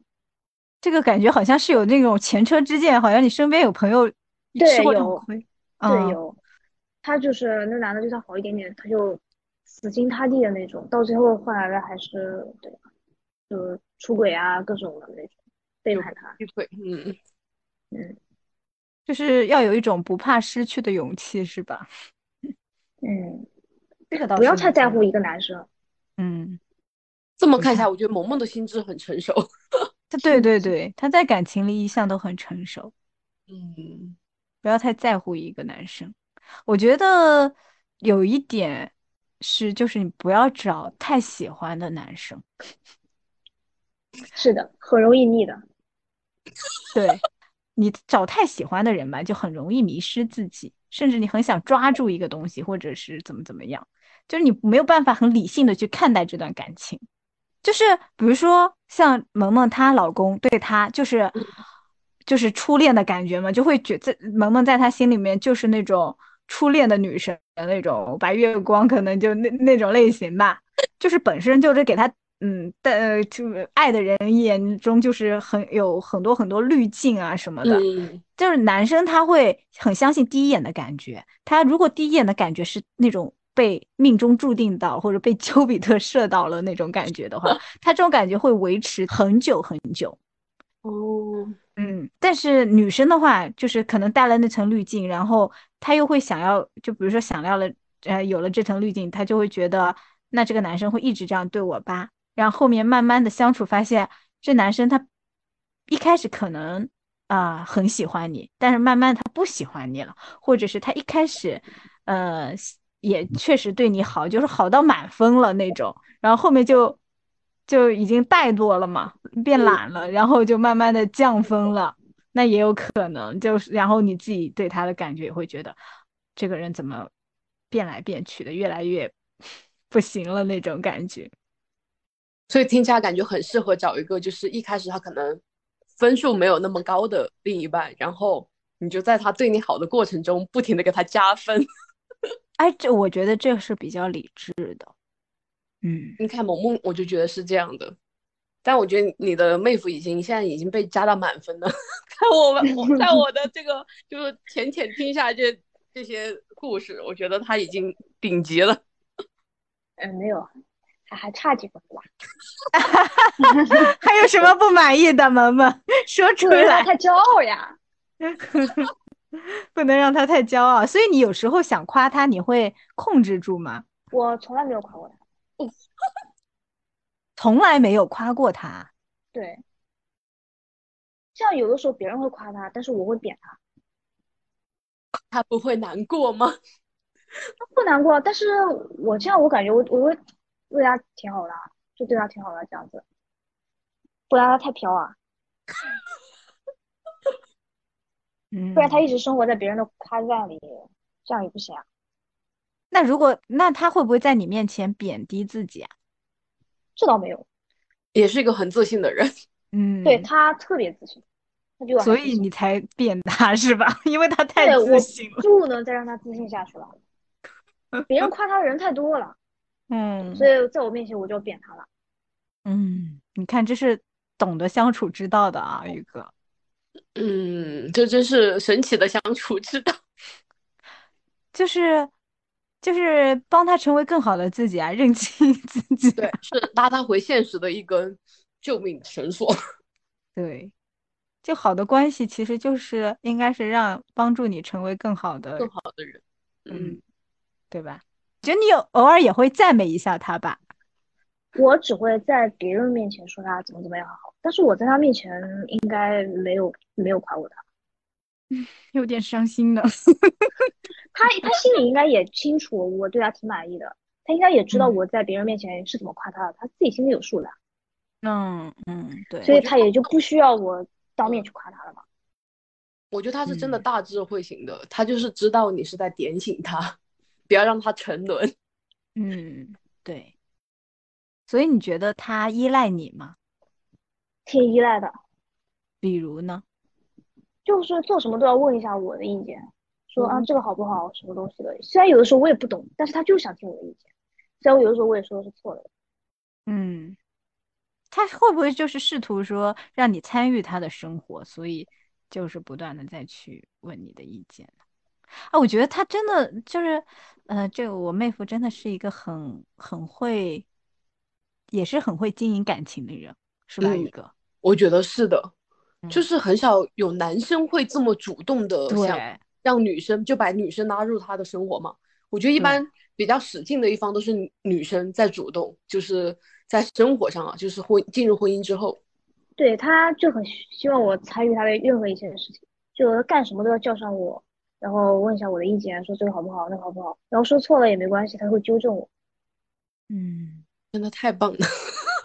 Speaker 3: 这个感觉好像是有那种前车之鉴，好像你身边有朋友吃
Speaker 1: 对
Speaker 3: 过这种
Speaker 1: 有
Speaker 3: 亏，
Speaker 1: 对，
Speaker 3: 嗯，
Speaker 1: 有，他就是那男的对他好一点点，他就死心塌地的那种，到最后换来的还是对，就是出轨啊各种的那种背叛他。
Speaker 2: 劈腿， 嗯，
Speaker 1: 嗯
Speaker 3: 就是要有一种不怕失去的勇气，是吧？
Speaker 1: 嗯，
Speaker 3: 这个倒
Speaker 1: 不要
Speaker 3: 是
Speaker 1: 太
Speaker 3: 有
Speaker 1: 在
Speaker 3: 的
Speaker 1: 乎一个男生。
Speaker 3: 嗯。
Speaker 2: 这么
Speaker 1: 嗯
Speaker 2: 看下来，我觉得萌萌的心智很成熟。
Speaker 3: 他对对对，他在感情里一向都很成熟，
Speaker 2: 嗯，
Speaker 3: 不要太在乎一个男生。我觉得有一点是，就是你不要找太喜欢的男生。
Speaker 1: 是的，很容易腻的。
Speaker 3: 对， 你找太喜欢的人吧，就很容易迷失自己，甚至你很想抓住一个东西，或者是怎么怎么样，就是你没有办法很理性的去看待这段感情。就是比如说像萌萌她老公对她就是就是初恋的感觉嘛，就会觉得萌萌在她心里面就是那种初恋的女神的那种白月光，可能就那那种类型吧，就是本身就是给她。嗯，但呃就是爱的人眼中就是很有很多很多滤镜啊什么的，
Speaker 2: 嗯，
Speaker 3: 就是男生他会很相信第一眼的感觉，他如果第一眼的感觉是那种被命中注定到或者被丘比特射到了那种感觉的话，他这种感觉会维持很久很久。
Speaker 2: 哦，
Speaker 3: 嗯，但是女生的话，就是可能带了那层滤镜，然后她又会想要，就比如说想要了，呃，有了这层滤镜，她就会觉得，那这个男生会一直这样对我吧？然后后面慢慢的相处，发现这男生他一开始可能啊、很喜欢你，但是慢慢他不喜欢你了，或者是他一开始，呃，也确实对你好，就是好到满分了那种，然后后面就就已经怠惰了嘛，变懒了，然后就慢慢的降分了，那也有可能，就是然后你自己对他的感觉也会觉得，这个人怎么变来变去的，越来越不行了那种感觉。
Speaker 2: 所以听起来感觉很适合找一个，就是一开始他可能分数没有那么高的另一半，然后你就在他对你好的过程中，不停的给他加分。
Speaker 3: 哎，这我觉得这是比较理智的， 嗯，
Speaker 2: 你看萌萌，我就觉得是这样的，但我觉得你的妹夫已经现在已经被加到满分了。 看我们，我 在我的这个就是浅浅听下这这些故事，我觉得他已经顶级了。
Speaker 1: 嗯，没有，还还差几分 吧。
Speaker 3: 还有什么不满意的，萌萌 说出
Speaker 1: 不能让
Speaker 3: 来，
Speaker 1: 他骄傲呀。
Speaker 3: 不能让他太骄傲。所以你有时候想夸他，你会控制住吗？
Speaker 1: 我从来没有夸过他。
Speaker 3: 从来没有夸过他。
Speaker 1: 对，像有的时候别人会夸他，但是我会贬他，
Speaker 2: 他不会难过吗？
Speaker 1: 他不难过，但是我这样我感觉我我会对他挺好的，啊就对他挺好的这样子，不然他太飘啊，
Speaker 3: 嗯，
Speaker 1: 不然他一直生活在别人的夸赞里，这样也不行啊。
Speaker 3: 那如果那他会不会在你面前贬低自己啊？
Speaker 1: 这倒没有，
Speaker 2: 也是一个很自信的人，
Speaker 3: 嗯，
Speaker 1: 对他特别自信，他比我还
Speaker 3: 所
Speaker 1: 自
Speaker 3: 以
Speaker 1: 信
Speaker 3: 你才贬他 是吧？因为他太
Speaker 1: 对
Speaker 3: 自
Speaker 1: 我
Speaker 3: 信了。
Speaker 1: 不能再让他自信下去了。别
Speaker 3: 啊
Speaker 1: 人夸他的人太多了，
Speaker 3: 嗯
Speaker 1: 所以在我面前我就要贬他了。
Speaker 3: 嗯，你看这是懂得相处之道的啊，宇哥。
Speaker 2: 嗯，这真是神奇的相处之道。
Speaker 3: 就是就是帮他成为更好的自己啊，认清 自己。
Speaker 2: 对，是拉他回现实的一根救命绳索。
Speaker 3: 对，就好的关系其实就是应该是让帮助你成为更好的，
Speaker 2: 更好的人，
Speaker 3: 嗯，对吧？觉得你有偶尔也会赞美一下他吧。
Speaker 1: 我只会在别人面前说他怎么怎么样好，但是我在他面前应该没有没有夸过他。
Speaker 3: 有点伤心呢。
Speaker 1: 他他心里应该也清楚我对他挺满意的，他应该也知道
Speaker 3: 嗯
Speaker 1: 我在别人面前是怎么夸他的，他自己心里有数的，
Speaker 3: 嗯嗯，
Speaker 1: 所
Speaker 3: 对，
Speaker 1: 以他也就不需要我当面去夸他了嘛。
Speaker 2: 我觉得他是真的
Speaker 3: 嗯
Speaker 2: 大智慧型的，他就是知道你是在点醒他，不要让他沉沦。
Speaker 3: 嗯对。所以你觉得他依赖你吗？
Speaker 1: 挺依赖的，
Speaker 3: 比如呢？
Speaker 1: 就是做什么都要问一下我的意见，说啊
Speaker 3: 嗯
Speaker 1: 这个好不好，什么东西的。虽然有的时候我也不懂，但是他就想听我的意见。虽然我有的时候我也说的是错的，
Speaker 3: 嗯，他会不会就是试图说让你参与他的生活，所以就是不断的再去问你的意见呢？啊，我觉得他真的就是，呃，这个我妹夫真的是一个很很会，也是很会经营感情的人，是吧，宇
Speaker 2: 嗯
Speaker 3: 哥？
Speaker 2: 我觉得是的，就
Speaker 3: 嗯
Speaker 2: 是很少有男生会这么主动的想
Speaker 3: 对，
Speaker 2: 让女生就把女生拉入他的生活嘛。我觉得一
Speaker 3: 对
Speaker 2: 般比较使劲的一方都是女女生在主动，就是在生活上啊，就是婚进入婚姻之后，
Speaker 1: 对，他就很希希望我参与他的任何一件事情，就干什么都要叫上我，然后问一下我的意见，啊说这个好不好，那个好不好，然后说错了也没关系，他会纠正我。
Speaker 3: 嗯，
Speaker 2: 真的太棒了。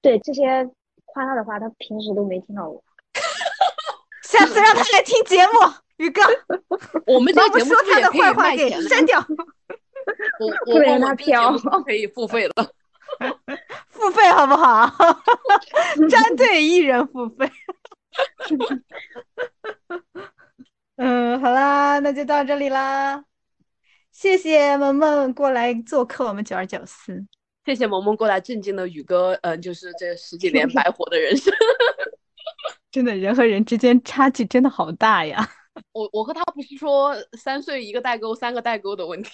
Speaker 1: 对，这些夸他的话，他平时都没听到过。
Speaker 3: 下次让他来听节目，宇哥，
Speaker 2: 我们
Speaker 3: 把
Speaker 2: 这
Speaker 3: 我
Speaker 2: 个节目
Speaker 3: 说
Speaker 2: 是不是
Speaker 3: 他
Speaker 2: 也
Speaker 3: 的
Speaker 2: 可以
Speaker 3: 坏话
Speaker 2: 卖
Speaker 3: 给
Speaker 2: 钱了？
Speaker 3: 删 掉，
Speaker 1: 不
Speaker 2: 我 我
Speaker 1: 能
Speaker 2: 问
Speaker 1: 让
Speaker 2: 我
Speaker 1: 他
Speaker 2: 们这个节目
Speaker 1: 飘
Speaker 2: 是可以付费了。
Speaker 3: 付费好不好？ 站队一人付费。嗯，好啦，那就到这里啦。谢谢萌萌过来做客我们九二九四。
Speaker 2: 谢谢萌萌过来震惊了宇哥，嗯，就是这十 几年白活的人生。
Speaker 3: 真的，人和人之间差距真的好大呀。
Speaker 2: 我我和他不是说三岁一个代沟，三个代沟的问题，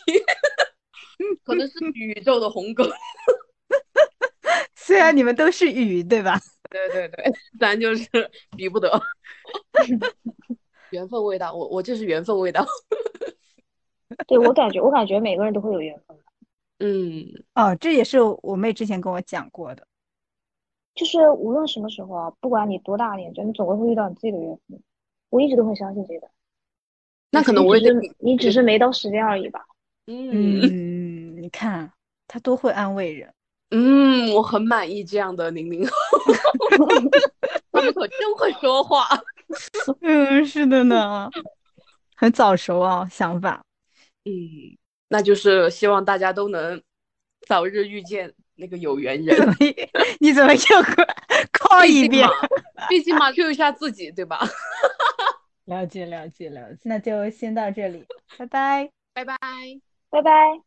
Speaker 2: 可 能是宇宙的鸿沟。
Speaker 3: 虽然你们都是雨，对吧？
Speaker 2: 对对对， 咱就是比不得。 缘分未到，我我这是缘分未到。
Speaker 1: 对，我感觉，我感觉每个人都会有缘分的，
Speaker 2: 嗯，
Speaker 3: 哦，这也是我妹之前跟我讲过的。
Speaker 1: 就是无论什么时候啊，不管你多大年纪，你总归会遇到你自己的缘分。我一直都很相信这个，
Speaker 2: 那可能
Speaker 1: 你
Speaker 2: 我也
Speaker 1: 只
Speaker 2: 得
Speaker 1: 是你只是没到时间而已吧。
Speaker 2: 嗯
Speaker 3: 嗯，你看她多会安慰人。
Speaker 2: 嗯，我很满意这样的零零后，他们可真会说话。
Speaker 3: 嗯，是的 呢，很早熟啊，想法。
Speaker 2: 嗯，那就是希望大家都能早日遇见那个有缘人。
Speaker 3: 你怎么又 call
Speaker 2: 毕
Speaker 3: 一
Speaker 2: 竟
Speaker 3: 遍
Speaker 2: 嘛？，毕竟嘛，Q 一下自己，对吧？
Speaker 3: 了解了解了解，那就先到这里，拜拜。
Speaker 2: 拜拜。
Speaker 1: 拜拜。